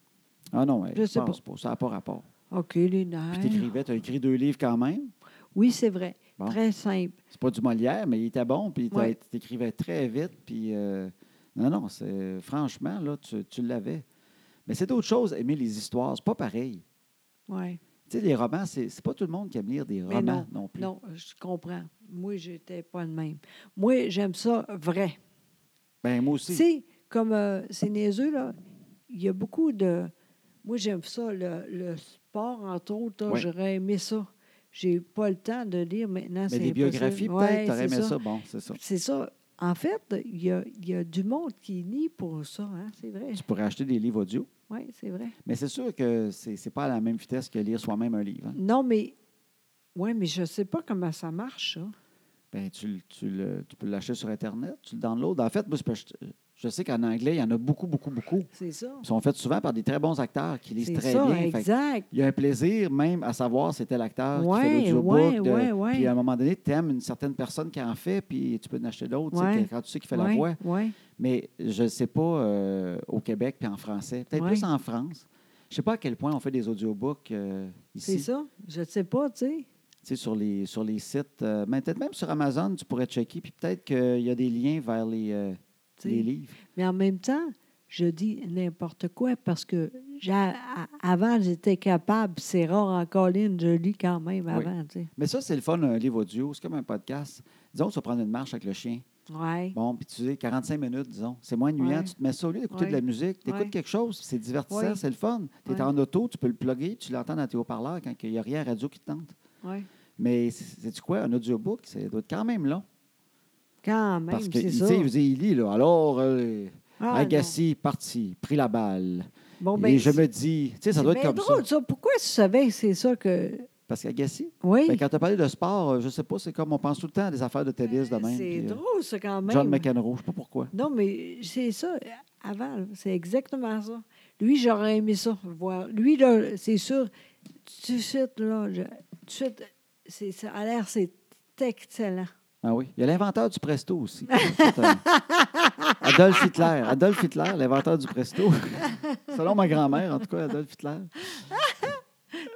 Ah non, ouais,
Je sais
pense pas. Ça n'a pas rapport.
OK, les nerfs.
Puis t'écrivais, t'as écrit deux livres quand même.
Oui, c'est vrai.
Bon.
Très simple.
C'est pas du Molière, mais il était bon, puis t'as-
Ouais.
t'écrivais très vite, puis... euh, non, non, c'est, franchement, là, tu, tu l'avais. Mais c'est autre chose, aimer les histoires, c'est pas pareil.
Oui.
Tu sais, les romans, c'est, c'est pas tout le monde qui aime lire des
Mais
romans non, plus.
Non, je comprends. Moi, j'étais pas de même. Moi, j'aime ça vrai.
Ben, moi aussi.
Tu sais, comme euh, c'est niaiseux, là, il y a beaucoup de. Moi, j'aime ça, le, le sport, entre autres, là,
Ouais.
j'aurais aimé ça. J'ai pas le temps de lire maintenant.
mais des biographies, peut-être, t'aurais aimé ça. Bon, c'est ça.
C'est ça. En fait, il y a, il y a du monde qui nie pour ça, hein? c'est vrai.
Tu pourrais acheter des livres audio.
Oui, c'est vrai.
Mais c'est sûr que c'est, c'est pas à la même vitesse que lire soi-même un livre. hein.
Non, mais. Oui, mais je sais pas comment ça marche, ça.
Ben, tu, le- tu le- tu peux l'acheter sur Internet, tu le downloads. En fait, moi, c'est parce que je, je sais qu'en anglais, il y en a beaucoup, beaucoup, beaucoup.
C'est ça.
Ils sont faits souvent par des très bons acteurs qui lisent
C'est
très
ça,
bien. Fait que
exact.
Il y a un plaisir même à savoir c'était l'acteur qui fait
Ouais,
l'audiobook.
ouais,
de-
ouais, ouais.
Puis à un moment donné, tu aimes une certaine personne qui en fait, puis tu peux en acheter d'autres tu sais,
Ouais.
que- quand tu sais qu'il fait la voix. Mais je ne sais pas euh, au Québec puis en français. Peut-être
Ouais.
plus en France. Je ne sais pas à quel point on fait des audiobooks euh,
C'est
ici.
ça. Je ne sais pas, tu sais.
Tu sais, sur les, sur les sites. euh, mais peut-être même sur Amazon, tu pourrais checker. Puis peut-être qu'il y a des liens vers les, euh,
Tu sais.
les livres.
Mais en même temps, je dis n'importe quoi parce que j'a- a- avant, j'étais capable. C'est rare en colline, je lis quand même avant, tu sais.
Mais ça, c'est le fun, un livre audio. C'est comme un podcast. Disons, tu vas prendre une marche avec le chien.
Oui.
Bon, puis tu sais, 45 minutes, disons. C'est moins ennuyant.
Ouais.
Tu te mets ça au lieu d'écouter
Ouais.
de la musique. Tu écoutes
Ouais.
quelque chose, c'est divertissant,
Ouais.
c'est le fun. Tu es
Ouais.
en auto, tu peux le plugger, tu l'entends dans tes haut-parleurs quand il n'y a rien à la radio qui te tente.
Ouais.
Mais c'est quoi, un audiobook, ça doit être quand même long.
Quand même,
parce que
c'est
il,
ça.
dit, il dit, il lit, là. Alors, euh,
Ah,
Agassi, parti, pris la balle.
non. Bon,
Et
ben,
je
c'est-
me dis, tu sais, ça doit
c'est
être
bien
comme
drôle,
ça.
ça. Pourquoi tu savais que c'est ça que.
Parce qu'Agassi,
Oui.
ben, quand tu as parlé de sport, euh, je sais pas, c'est comme on pense tout le temps à des affaires de tennis de même.
c'est
puis, euh,
drôle, ça, quand même. hein.
John McEnroe, je sais pas pourquoi.
Non, mais c'est ça. Avant, là, c'est exactement ça. Lui, j'aurais aimé ça, le voir. Lui, là, c'est sûr, tout de suite, là, je- tout de suite, c'est, ça a l'air, c'est excellent.
Ah oui. Il y a l'inventeur du presto aussi. C'est un- Adolf Hitler. Adolf Hitler, l'inventeur du presto. Selon ma grand-mère, en tout cas, Adolf Hitler.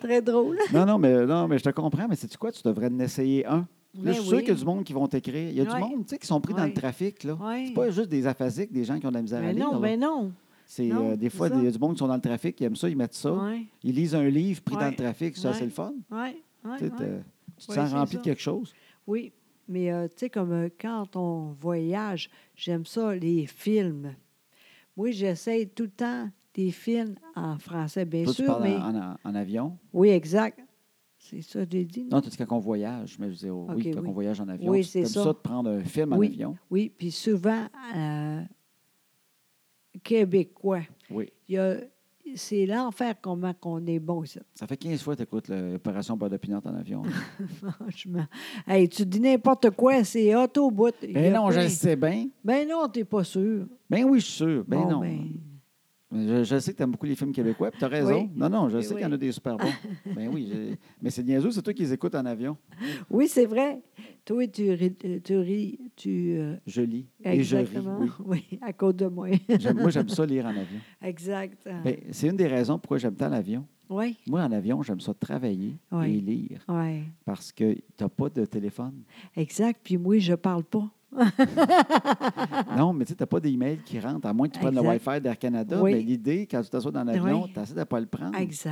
Très drôle.
Non, non, mais, non, mais je te comprends, mais c'est quoi? Tu devrais en essayer un. Là,
Mais
je suis sûr
Ben oui.
qu'il y a du monde qui vont t'écrire. Il y a du
Ouais.
monde tu sais, qui sont pris dans le
Ouais.
trafic. là.
Ouais.
C'est pas juste des aphasiques, des gens qui ont de la misère à
Mais
lire.
non,
là.
mais non.
c'est
non,
euh, des
c'est
fois
ça.
il y a du monde qui sont dans le trafic, ils aiment ça, ils mettent ça.
Oui,
Ils lisent un livre pris dans
Ouais.
le trafic, ça
Ouais.
c'est le fun.
oui,
Tu sais, t'es-
oui.
tu te
Ouais,
sens
c'est
rempli
ça.
de quelque chose.
Oui, mais euh, tu sais, comme euh, quand on voyage, j'aime ça, les films. Moi, j'essaye tout le temps des films en français, bien
Toi, tu
sûr,
parles
mais...
en, en- en avion.
Oui, exact. C'est ça que j'ai dit. non?
Non, tu dis quand on voyage, mais je dis oh, oui,
Ok,
quand
oui.
on voyage en avion.
Oui,
tu
c'est
aimes ça.
ça.
de prendre un film
Oui.
en avion.
Oui, puis souvent, euh, québécois.
Oui.
Il y a- C'est l'enfer comment qu'on est bon, ça,
Ça fait 15 fois que tu écoutes l'opération Beurre de Pinot en avion.
franchement. Hey, tu dis n'importe quoi, c'est hot au bout. Il y
ben
a
non, je
plein.
le sais bien.
Ben non, t'es pas sûr.
Ben oui, je suis sûr. Ben
Bon,
non.
ben,
Je, je sais que tu aimes beaucoup les films québécois, puis tu as raison.
Oui.
Non, non, je
Oui,
sais qu'il y en a
oui.
des super bons. ben oui, j'ai- mais c'est niaiseux, c'est toi qui les écoutes en avion.
Oui, c'est vrai. Toi, tu ris, euh, tu, ris, tu euh,
Je lis
exactement.
et je ris.
oui. à cause de moi.
Oui. J'aime- moi, j'aime ça lire en avion.
exact.
Ben, c'est une des raisons pourquoi j'aime tant l'avion.
oui,
Moi, en avion, j'aime ça travailler
Oui.
et lire
oui.
parce que tu n'as pas de téléphone.
Exact. Puis moi, je parle pas.
Non, mais tu n'as pas d'email qui rentre, à moins que tu prennes le
Exact.
Wi-Fi d'Air Canada.
Oui.
Mais l'idée, quand tu t'assois dans l'avion,
Oui.
tu essaies de ne pas le prendre.
Exact.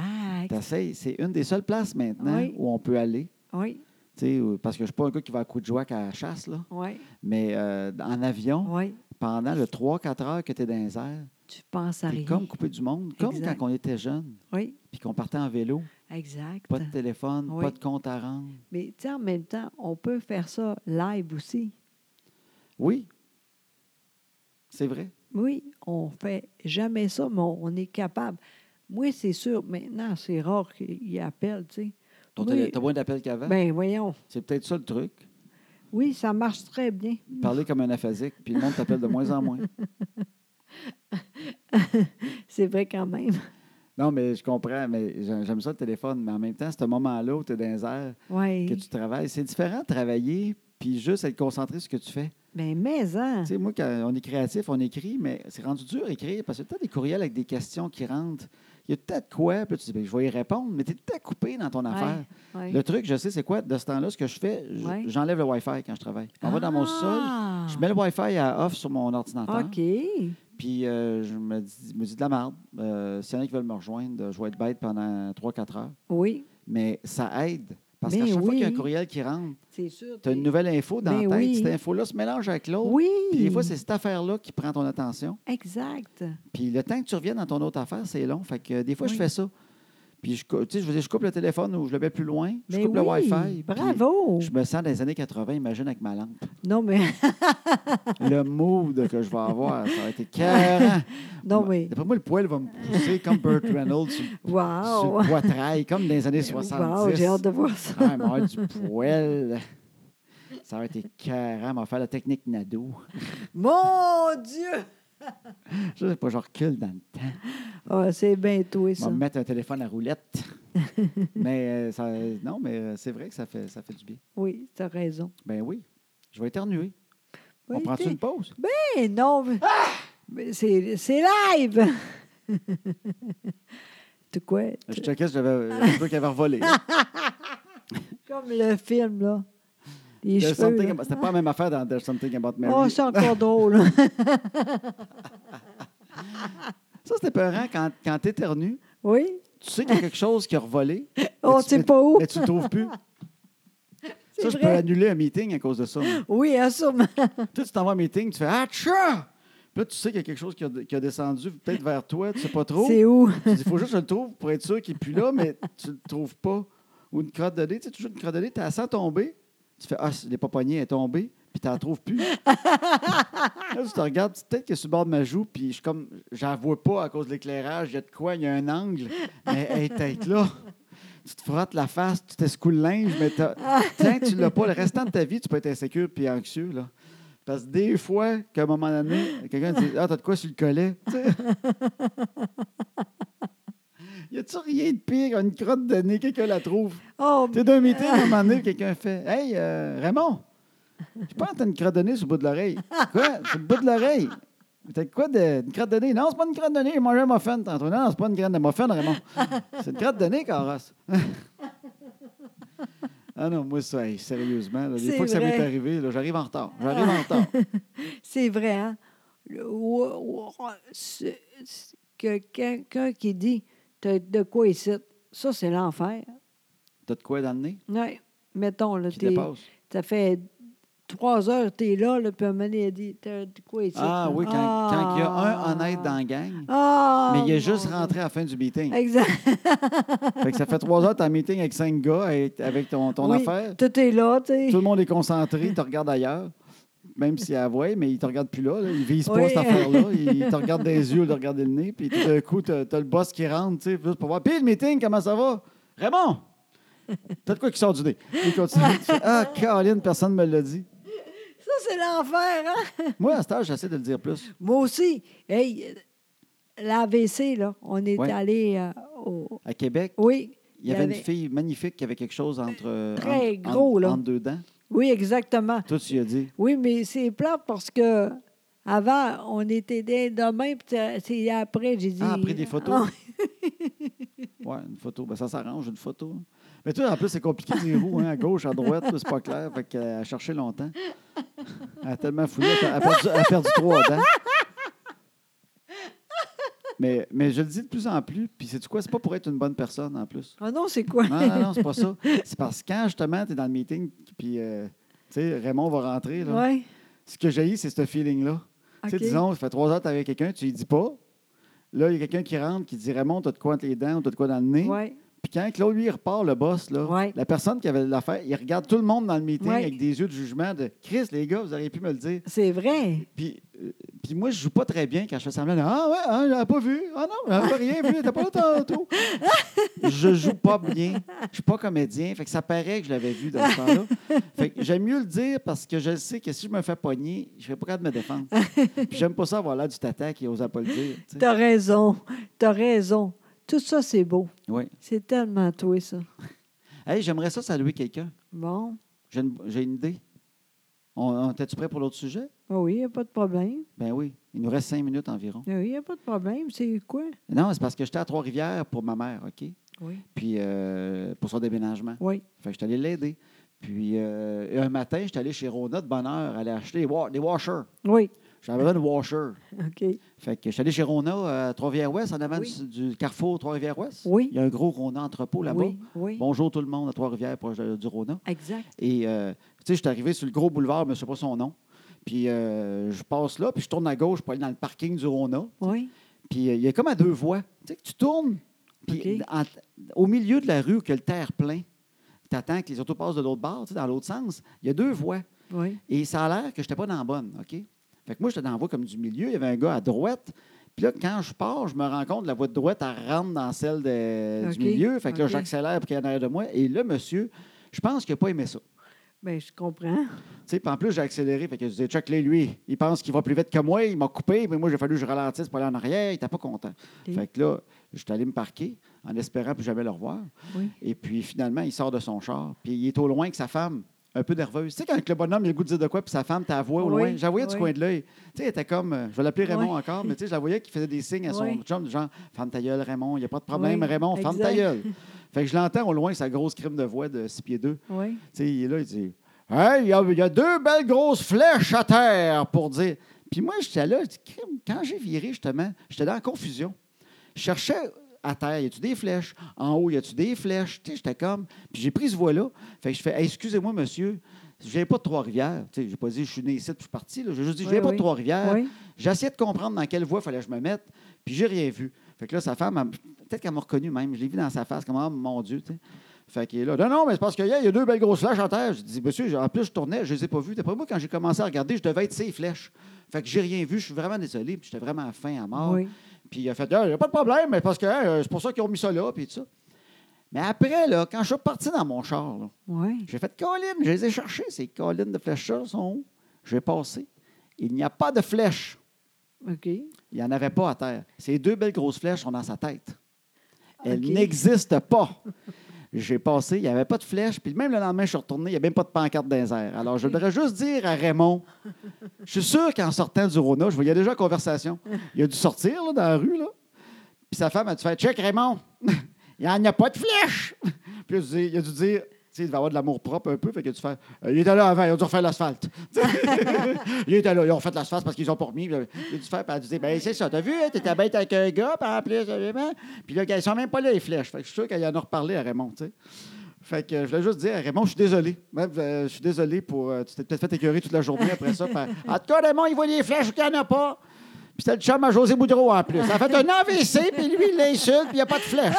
T'essayes. C'est une des seules places maintenant
Oui.
où on peut aller.
Oui,
Tu sais, où- parce que je ne suis pas un gars qui va à coup de joie qu'à la chasse, là.
oui,
mais euh, en avion,
oui.
pendant le 3-4 heures que tu es dans les airs,
Tu penses à
t'es
rien.
comme coupé du monde, comme
Exact.
quand on était jeune,
Oui,
puis qu'on partait en vélo.
exact.
Pas de téléphone,
Oui.
pas de compte à rendre.
Mais tu sais, en même temps, on peut faire ça live aussi.
Oui, c'est vrai.
Oui, on fait jamais ça, mais on on est capable. Moi, c'est sûr, maintenant, c'est rare qu'ils appellent, tu sais.
Ton
Oui.
télé- T'as moins d'appels qu'avant.
Ben voyons.
c'est peut-être ça le truc.
Oui, ça marche très bien.
Parler comme un aphasique, puis le monde t'appelle de moins en moins.
C'est vrai quand même.
Non, mais je comprends, mais j'a- j'aime ça le téléphone. Mais en même temps, ce moment-là où tu es dans les airs, que
Oui.
tu travailles, c'est différent de travailler, puis juste être concentré sur ce que tu fais.
Ben, mais, hein?
Tu sais, moi, quand on est créatif, on écrit, mais c'est rendu dur à écrire parce que tu as des courriels avec des questions qui rentrent. Il y a peut-être quoi, puis là, tu dis, ben, je vais y répondre, mais tu es tout à coupé dans ton affaire.
Ouais.
Le truc, je sais, c'est quoi, de ce temps-là, ce que je fais, je-
Ouais.
j'enlève le Wi-Fi quand je travaille. On va dans mon sol,
Ah!
je mets le Wi-Fi à off sur mon ordinateur,
OK.
puis euh, je me dis, me dis de la merde. Euh, S'il y en a qui veulent me rejoindre, je vais être bête pendant 3-4 heures.
Oui,
Mais ça aide, parce
Mais
qu'à chaque fois qu'il y a un
oui.
courriel qui rentre,
c'est sûr.
tu as une nouvelle info dans
Mais
la tête.
oui.
Cette info-là se mélange avec l'autre.
Oui.
Puis des fois, c'est cette affaire-là qui prend ton attention.
Exact.
Puis le temps que tu reviennes dans ton autre affaire, c'est long. Fait que euh, des fois, je
Oui.
fais ça. Puis je, cou- tu sais, je, veux dire, je coupe le téléphone ou je le mets plus loin. Je
Ben
coupe le
oui,
Wi-Fi. puis
Bravo.
Je me sens dans les années 80, imagine, avec ma lampe.
Non, mais,
Le mood que je vais avoir, ça va être écœurant.
non,
Ma-
mais,
D'après moi, le poil va me pousser comme Burt Reynolds sur, sur
wow.
le poitrail, comme dans les années
Ah, Wow,
70.
j'ai hâte de voir ça.
Ah, il va y avoir du poil. Ça va être écœurant. On va faire la technique Nado.
Mon Dieu!
Je sais pas, je recule dans le temps.
Ah, c'est bien toi,
On va
ça.
me mettre un téléphone à roulette. mais euh, ça- non, mais euh, c'est vrai que ça fait, ça fait du bien.
Oui, t'as raison.
Ben oui, je vais éternuer. On
Oui,
prend
t'es-
une pause?
Eh, non, mais- mais c'est c'est live! De quoi?
Je checkais si j'avais un peu qui avait revolé.
Ah,
là.
Comme le film, là. Les
There's
cheveux.
something
là.
about- C'était pas la même affaire dans There's Something About Mary.
Oh, c'est encore drôle.
Ça, c'était peurant quand, quand t'éternues.
oui?
Tu sais qu'il y a quelque chose qui a revolé. mais
On
tu-
sait
mais-
Oh, pas où.
Mais tu le trouves plus.
C'est
Ça, je peux
vrai.
annuler un meeting à cause de ça. moi.
Oui, hein, sûrement.
Toi, tu t'en vas à un meeting, tu fais Ah, tcha! Puis là, tu sais qu'il y a quelque chose qui a, qui a descendu peut-être vers toi, tu sais pas trop.
C'est où?
Il faut juste que je le trouve pour être sûr qu'il n'est plus là, mais tu le trouves pas. Ou une crotte de nez, tu sais, toujours une crotte de nez, tu as 100 tomber. Tu fais Ah, les pas poignée, elle est tombée, puis tu la trouves plus. là, tu te regardes, tu- peut-être qu'elle est sur le bord de ma joue, puis je suis comme, je la vois pas à cause de l'éclairage, il y a de quoi, il y a un angle, mais elle est peut-être là. Tu te frottes la face, tu t'escoues le linge, mais t'as- tant que tu l'as pas, le restant de ta vie, tu peux être insécure puis anxieux, là. Parce que des fois, qu'à un moment donné, quelqu'un dit Ah, t'as de quoi sur le collet? Tu sais, Y a-tu rien de pire qu'une crotte de nez, quelqu'un la trouve?
Oh,
Tu sais, d'un meeting, à un moment donné, quelqu'un fait Hey, euh, Raymond, je pense que t'as une crotte de nez sur le bout de l'oreille. Quoi? Sur le bout de l'oreille? T'as quoi de, une crotte de nez? Non, c'est pas une crotte de nez, j'ai mangé un muffin tantôt. Non, c'est pas une crotte de muffin, Raymond. c'est une crotte de nez, Caras. ah non, moi, ça, hey, sérieusement, là, des
C'est
fois que ça m'est
vrai.
arrivé, là, j'arrive en retard. J'arrive en retard.
C'est vrai, hein? Le- ou- ou- c'est- c'est que quelqu'un qui dit T'as de quoi ici? Ça, c'est l'enfer.
T'as de quoi dans le nez?
Ouais. Mettons, là,
Qui
t'es-
dépasse?
ça fait trois heures que tu es là, là puis à un moment donné, elle dit T'as de quoi ici?
Ah oui, quand, quand il y a un honnête dans la gang,
Ah!
mais il est
mon
juste
Dieu.
rentré à la fin du meeting.
Exact.
Fait que ça fait trois heures, t'es en meeting avec cinq gars, avec- avec ton, ton
Oui,
affaire.
Tout est là, tu sais.
Tout le monde est concentré, il te regarde ailleurs. Même s'il y a ouais, mais il te regarde plus là. là. Il vise pas
Oui.
cette affaire-là. Il te regarde dans les yeux, il te regarde le nez. Puis tout d'un coup, t'as as le boss qui rentre, tu sais, juste pour voir. Puis le meeting, comment ça va? Raymond! T'as de quoi qui sort du nez? Il continue. Tu fais, ah, Caroline, personne ne me l'a dit.
Ça, c'est l'enfer, hein?
Moi, à cet âge, j'essaie de le dire plus.
Moi aussi. Hey, l'AVC, là, on est
Ouais.
allé euh, au.
À Québec,
Oui.
il y avait une fille magnifique qui avait quelque chose entre, euh,
Très
entre-
gros,
entre-
là.
entre deux dents.
Oui, exactement.
Toi, tu lui as dit.
Oui, mais c'est plat parce que avant, on était des demain, puis c'est- c'est après, j'ai dit.
Ah, après des
Ah,
photos. Ouais, une photo. Ben, ça s'arrange, une photo. Mais tu sais, en plus, c'est compliqué les roues, hein, à gauche, à droite, là, c'est pas clair. Fait qu'elle a cherché longtemps. Elle a tellement fouillé, elle a elle a perdu, elle a perdu trois dents. Mais, mais je le dis de plus en plus, puis c'est quoi? C'est pas pour être une bonne personne en plus.
Ah non, c'est quoi?
Non, non, non, c'est pas ça. C'est parce que quand justement, tu es dans le meeting, puis euh, tu sais, Raymond va rentrer, là,
Oui.
ce que j'ai eu, c'est ce feeling-là. Tu sais, disons, ça fait trois heures que tu avec quelqu'un, tu lui dis pas. Là, il y a quelqu'un qui rentre qui dit Raymond, t'as de quoi entre les dents ou t'as de quoi dans le nez.
Oui.
Puis quand Claude, lui, il repart, le boss, là,
Ouais.
la personne qui avait l'affaire, il regarde tout le monde dans le meeting
Ouais.
avec des yeux de jugement de Chris, les gars, vous auriez pu me le dire.
C'est vrai.
Puis, euh, puis moi, je joue pas très bien quand je fais semblant. de, Ah ouais, hein, j'avais pas vu. Ah non, j'avais pas rien vu. T'as pas là tantôt. je joue pas bien. Je suis pas comédien. Fait que ça paraît que je l'avais vu dans ce temps-là. Fait que j'aime mieux le dire parce que je sais que si je me fais pogner, je vais pas capable de me défendre. Puis j'aime pas ça avoir l'air du tata qui ose pas le dire. tu sais.
T'as raison. T'as raison. Tout ça, c'est beau.
Ouais.
C'est tellement toi, ça.
Hey, j'aimerais ça saluer quelqu'un.
Bon.
J'ai une, j'ai une idée. On, tu prêt pour l'autre sujet?
Ah oui, il n'y a pas de problème.
Ben oui. Il nous reste cinq minutes environ.
Ah Oui, il n'y a pas de problème. C'est quoi?
Non, c'est parce que j'étais à Trois-Rivières pour ma mère, OK?
Oui.
Puis euh, pour son déménagement.
Oui.
Fait que j'étais allé l'aider. Puis euh, un matin, j'étais allé chez Rona de bonne heure, aller acheter des, wa- des washers.
Oui.
J'avais besoin de washers.
OK.
Fait que j'étais allé chez Rona à Trois-Rivières-Ouest, en avant
Oui.
du, du carrefour Trois-Rivières-Ouest.
Oui.
Il y a un gros Rona entrepôt là-bas.
Oui. Oui.
Bonjour tout le monde à Trois-Rivières, proche de- du Rona.
Exact.
Et, euh, tu sais, je suis arrivé sur le gros boulevard, mais je ne sais pas son nom. Puis euh, je passe là, puis je tourne à gauche pour aller dans le parking du Rona.
Oui.
Puis euh, il y a comme à deux voies. Tu sais, que tu tournes, puis
OK.
en- au milieu de la rue, où que le terre-plein, tu attends que les autos passent de l'autre bord, tu sais, dans l'autre sens. Il y a deux voies.
Oui.
Et ça a l'air que je n'étais pas dans la bonne, OK? Fait que moi, j'étais dans la voie comme du milieu. Il y avait un gars à droite. Puis là, quand je pars, je me rends compte que la voie de droite, elle rentre dans celle de-
OK.
du milieu. Fait que là,
OK.
j'accélère pour qu'il y en ait derrière de moi. Et là, monsieur, je pense qu'il n'a pas aimé ça.
Bien, Ben, je comprends.
Tu sais, puis en plus, j'ai accéléré. Fait que je disais, check les lui. Il pense qu'il va plus vite que moi. Il m'a coupé. Mais moi, j'ai fallu que je ralentisse pour aller en arrière. Il n'était pas content.
OK.
Fait que là, je suis allé me parquer en espérant plus jamais le revoir.
Oui.
Et puis finalement, il sort de son char. Puis il est au loin que sa femme, un peu nerveuse. Tu sais, quand le bonhomme, il a le goût de dire de quoi, puis sa femme, t'as la voix au
Oui,
loin. Je la voyais du
oui.
coin de l'œil. Tu sais, elle était comme, euh, je vais l'appeler Raymond
Oui.
encore, mais tu sais, je la voyais qui faisait des signes à son
Oui.
chum, du genre, femme ta gueule, Raymond, il n'y a pas de problème,
Oui,
Raymond, femme ta
exact.
gueule. Fait que je l'entends au loin, sa grosse crime de voix de 6 pieds 2. Tu
Oui.
sais, il est là, il dit, hey, il y, a- il y a deux belles grosses flèches à terre pour dire. Puis moi, j'étais là, je dis, crime, quand j'ai viré, justement, j'étais dans la confusion je cherchais à terre, y a-tu des flèches? En haut, y a-tu des flèches? Tu sais, j'étais comme. Puis j'ai pris ce voie-là. Fait que je fais, Hey, excusez-moi, monsieur, j'ai pas de Trois-Rivières. Tu sais, j'ai pas dit, je suis né ici, puis je suis parti. là. J'ai juste dit,
Oui,
j'ai pas de
oui.
Trois-Rivières.
Oui.
J'essayais de comprendre dans quelle voie fallait que je me mette, puis j'ai rien vu. Fait que là, sa femme, elle- peut-être qu'elle m'a reconnu même. Je l'ai vu dans sa face, comme, Ah, mon Dieu, tu sais. Fait qu'il est là. Non, non, mais c'est parce qu'il y, a- il y a deux belles grosses flèches à terre. Je dis, monsieur, en plus, je tournais, je les ai pas vues. D'après moi, quand j'ai commencé à regarder, je devais être ces flèches. Fait que j'ai rien vu. Je suis vraiment désolé, puis j'étais vraiment faim à mort.
Oui.
Puis il a fait, Ah, il n'y a pas de problème, mais parce que hey, c'est pour ça qu'ils ont mis ça là, puis tout ça. Mais après, là, quand je suis parti dans mon char, là,
Oui.
j'ai fait Colline, je les ai cherchés, ces collines de flèches sont où? J'ai passé. Il n'y a pas de flèches.
OK.
Il n'y en avait pas à terre. Ces deux belles grosses flèches sont dans sa tête. Elles
OK.
n'existent pas. J'ai passé, il n'y avait pas de flèches, puis même le lendemain, je suis retourné, il n'y a même pas de pancarte dans les airs. Alors, je voudrais juste dire à Raymond, Je suis sûr qu'en sortant du Rona, je voyais déjà la conversation. Il a dû sortir là, dans la rue, là. Puis sa femme a dû faire Check, Raymond, il n'y en a pas de flèche. Puis il a dû dire, il a dû dire tu sais, il devait avoir de l'amour propre un peu, fait qu'il a dû faire Euh, Il était là avant, ils ont dû refaire l'asphalte. Tu sais, il était là, ils ont refait l'asphalte parce qu'ils ont pas remis. Puis, euh, Il a dû faire, puis elle a dû dire Ben, c'est ça, t'as vu, hein, t'étais bête avec un gars, puis en plus, euh, ben, puis là, ils sont même pas là, les flèches. Fait que je suis sûr qu'il en a reparlé à Raymond, tu sais. Fait que euh, je voulais juste dire, Raymond, je suis désolé. Même, euh, je suis désolé pour. euh, tu t'es peut-être fait écœurer toute la journée après ça. par- En tout cas, Raymond, il voit les flèches qu'il n'y en a pas. Puis c'était le chum à José Boudreau en plus. Ça a fait un AVC, puis lui, il l'insulte, puis il n'y a pas de flèche.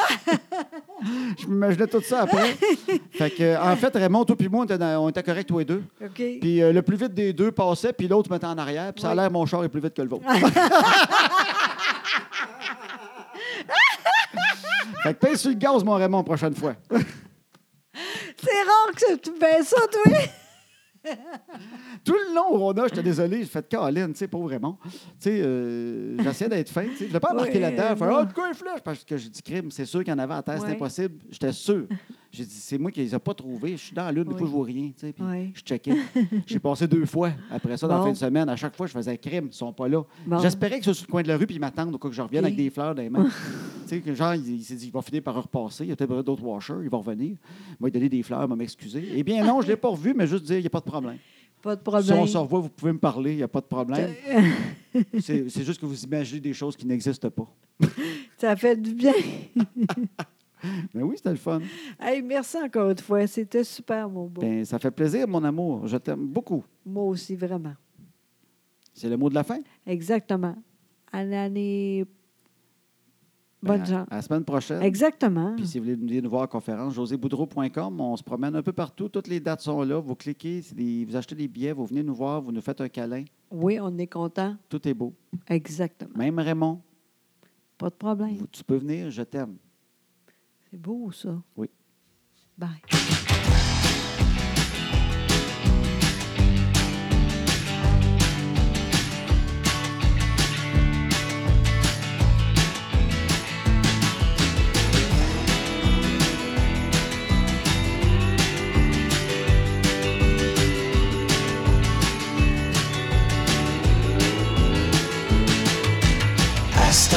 je m'imaginais tout ça après. Fait que, euh, en fait, Raymond, toi puis moi, on était, dans- on était corrects tous les deux.
OK.
Puis euh, le plus vite des deux passait, puis l'autre se mettait en arrière, puis ça a l'air mon char est plus vite que le vôtre. fait que pèse sur le gaz, mon Raymond, prochaine fois.
C'est rare que tu fais ça, toi.
Tout le long, Rona, j'étais désolé, j'ai fait Caroline, tu sais, pauvre Raymond. Tu sais, euh, j'essayais d'être fin, tu sais. Je l'ai pas embarqué
Ouais,
là-dedans. Fait,
non.
oh, de quoi il flèche? Parce que j'ai dit, crime, c'est sûr qu'il y en avait à terre,
Ouais.
c'est impossible. J'étais sûr. J'ai dit, c'est moi qui les ai pas trouvés. Je suis dans la lune, des
Ouais.
fois, je vois rien, tu sais. Puis
Ouais.
je checkais. J'ai passé deux fois après ça, dans
Bon.
la fin de semaine. À chaque fois, je faisais crime, ils sont pas là.
Bon.
J'espérais qu'ils soient sur le coin de la rue, puis ils m'attendent, au cas que je revienne
Et-
avec des fleurs dans les mains. tu sais, que genre, il, il s'est dit, il va finir par repasser. Il y a peut-être d'autres washers, il va revenir. Il m'a donné des fleurs, il m'a m'excuser. Eh bien, non, je l'ai pas revu, mais juste dire, il n'y a pas de problème.
Pas de
Si on
problème. Euh.
se revoit, vous pouvez me parler, il n'y a pas de problème. C'est c'est juste que vous imaginez des choses qui n'existent pas.
Ça fait du bien.
Mais oui, c'était le fun.
Hey, merci encore une fois. C'était super, mon beau.
Ben, ça fait plaisir, mon amour. Je t'aime beaucoup.
Moi aussi, vraiment.
C'est le mot de la fin.
Exactement. À l'année.
Ben,
Bonne
à-
chance.
À la semaine prochaine.
Exactement.
Puis si vous voulez venir nous voir en conférence, joséboudreau.com, on se promène un peu partout. Toutes les dates sont là. Vous cliquez, c'est des- vous achetez des billets, vous venez nous voir, vous nous faites un câlin.
Oui, on est content.
Tout est beau.
Exactement.
Même Raymond,
Pas de problème.
vous- tu peux venir, je t'aime.
C'est beau, ça.
Oui.
Bye.
À ce temps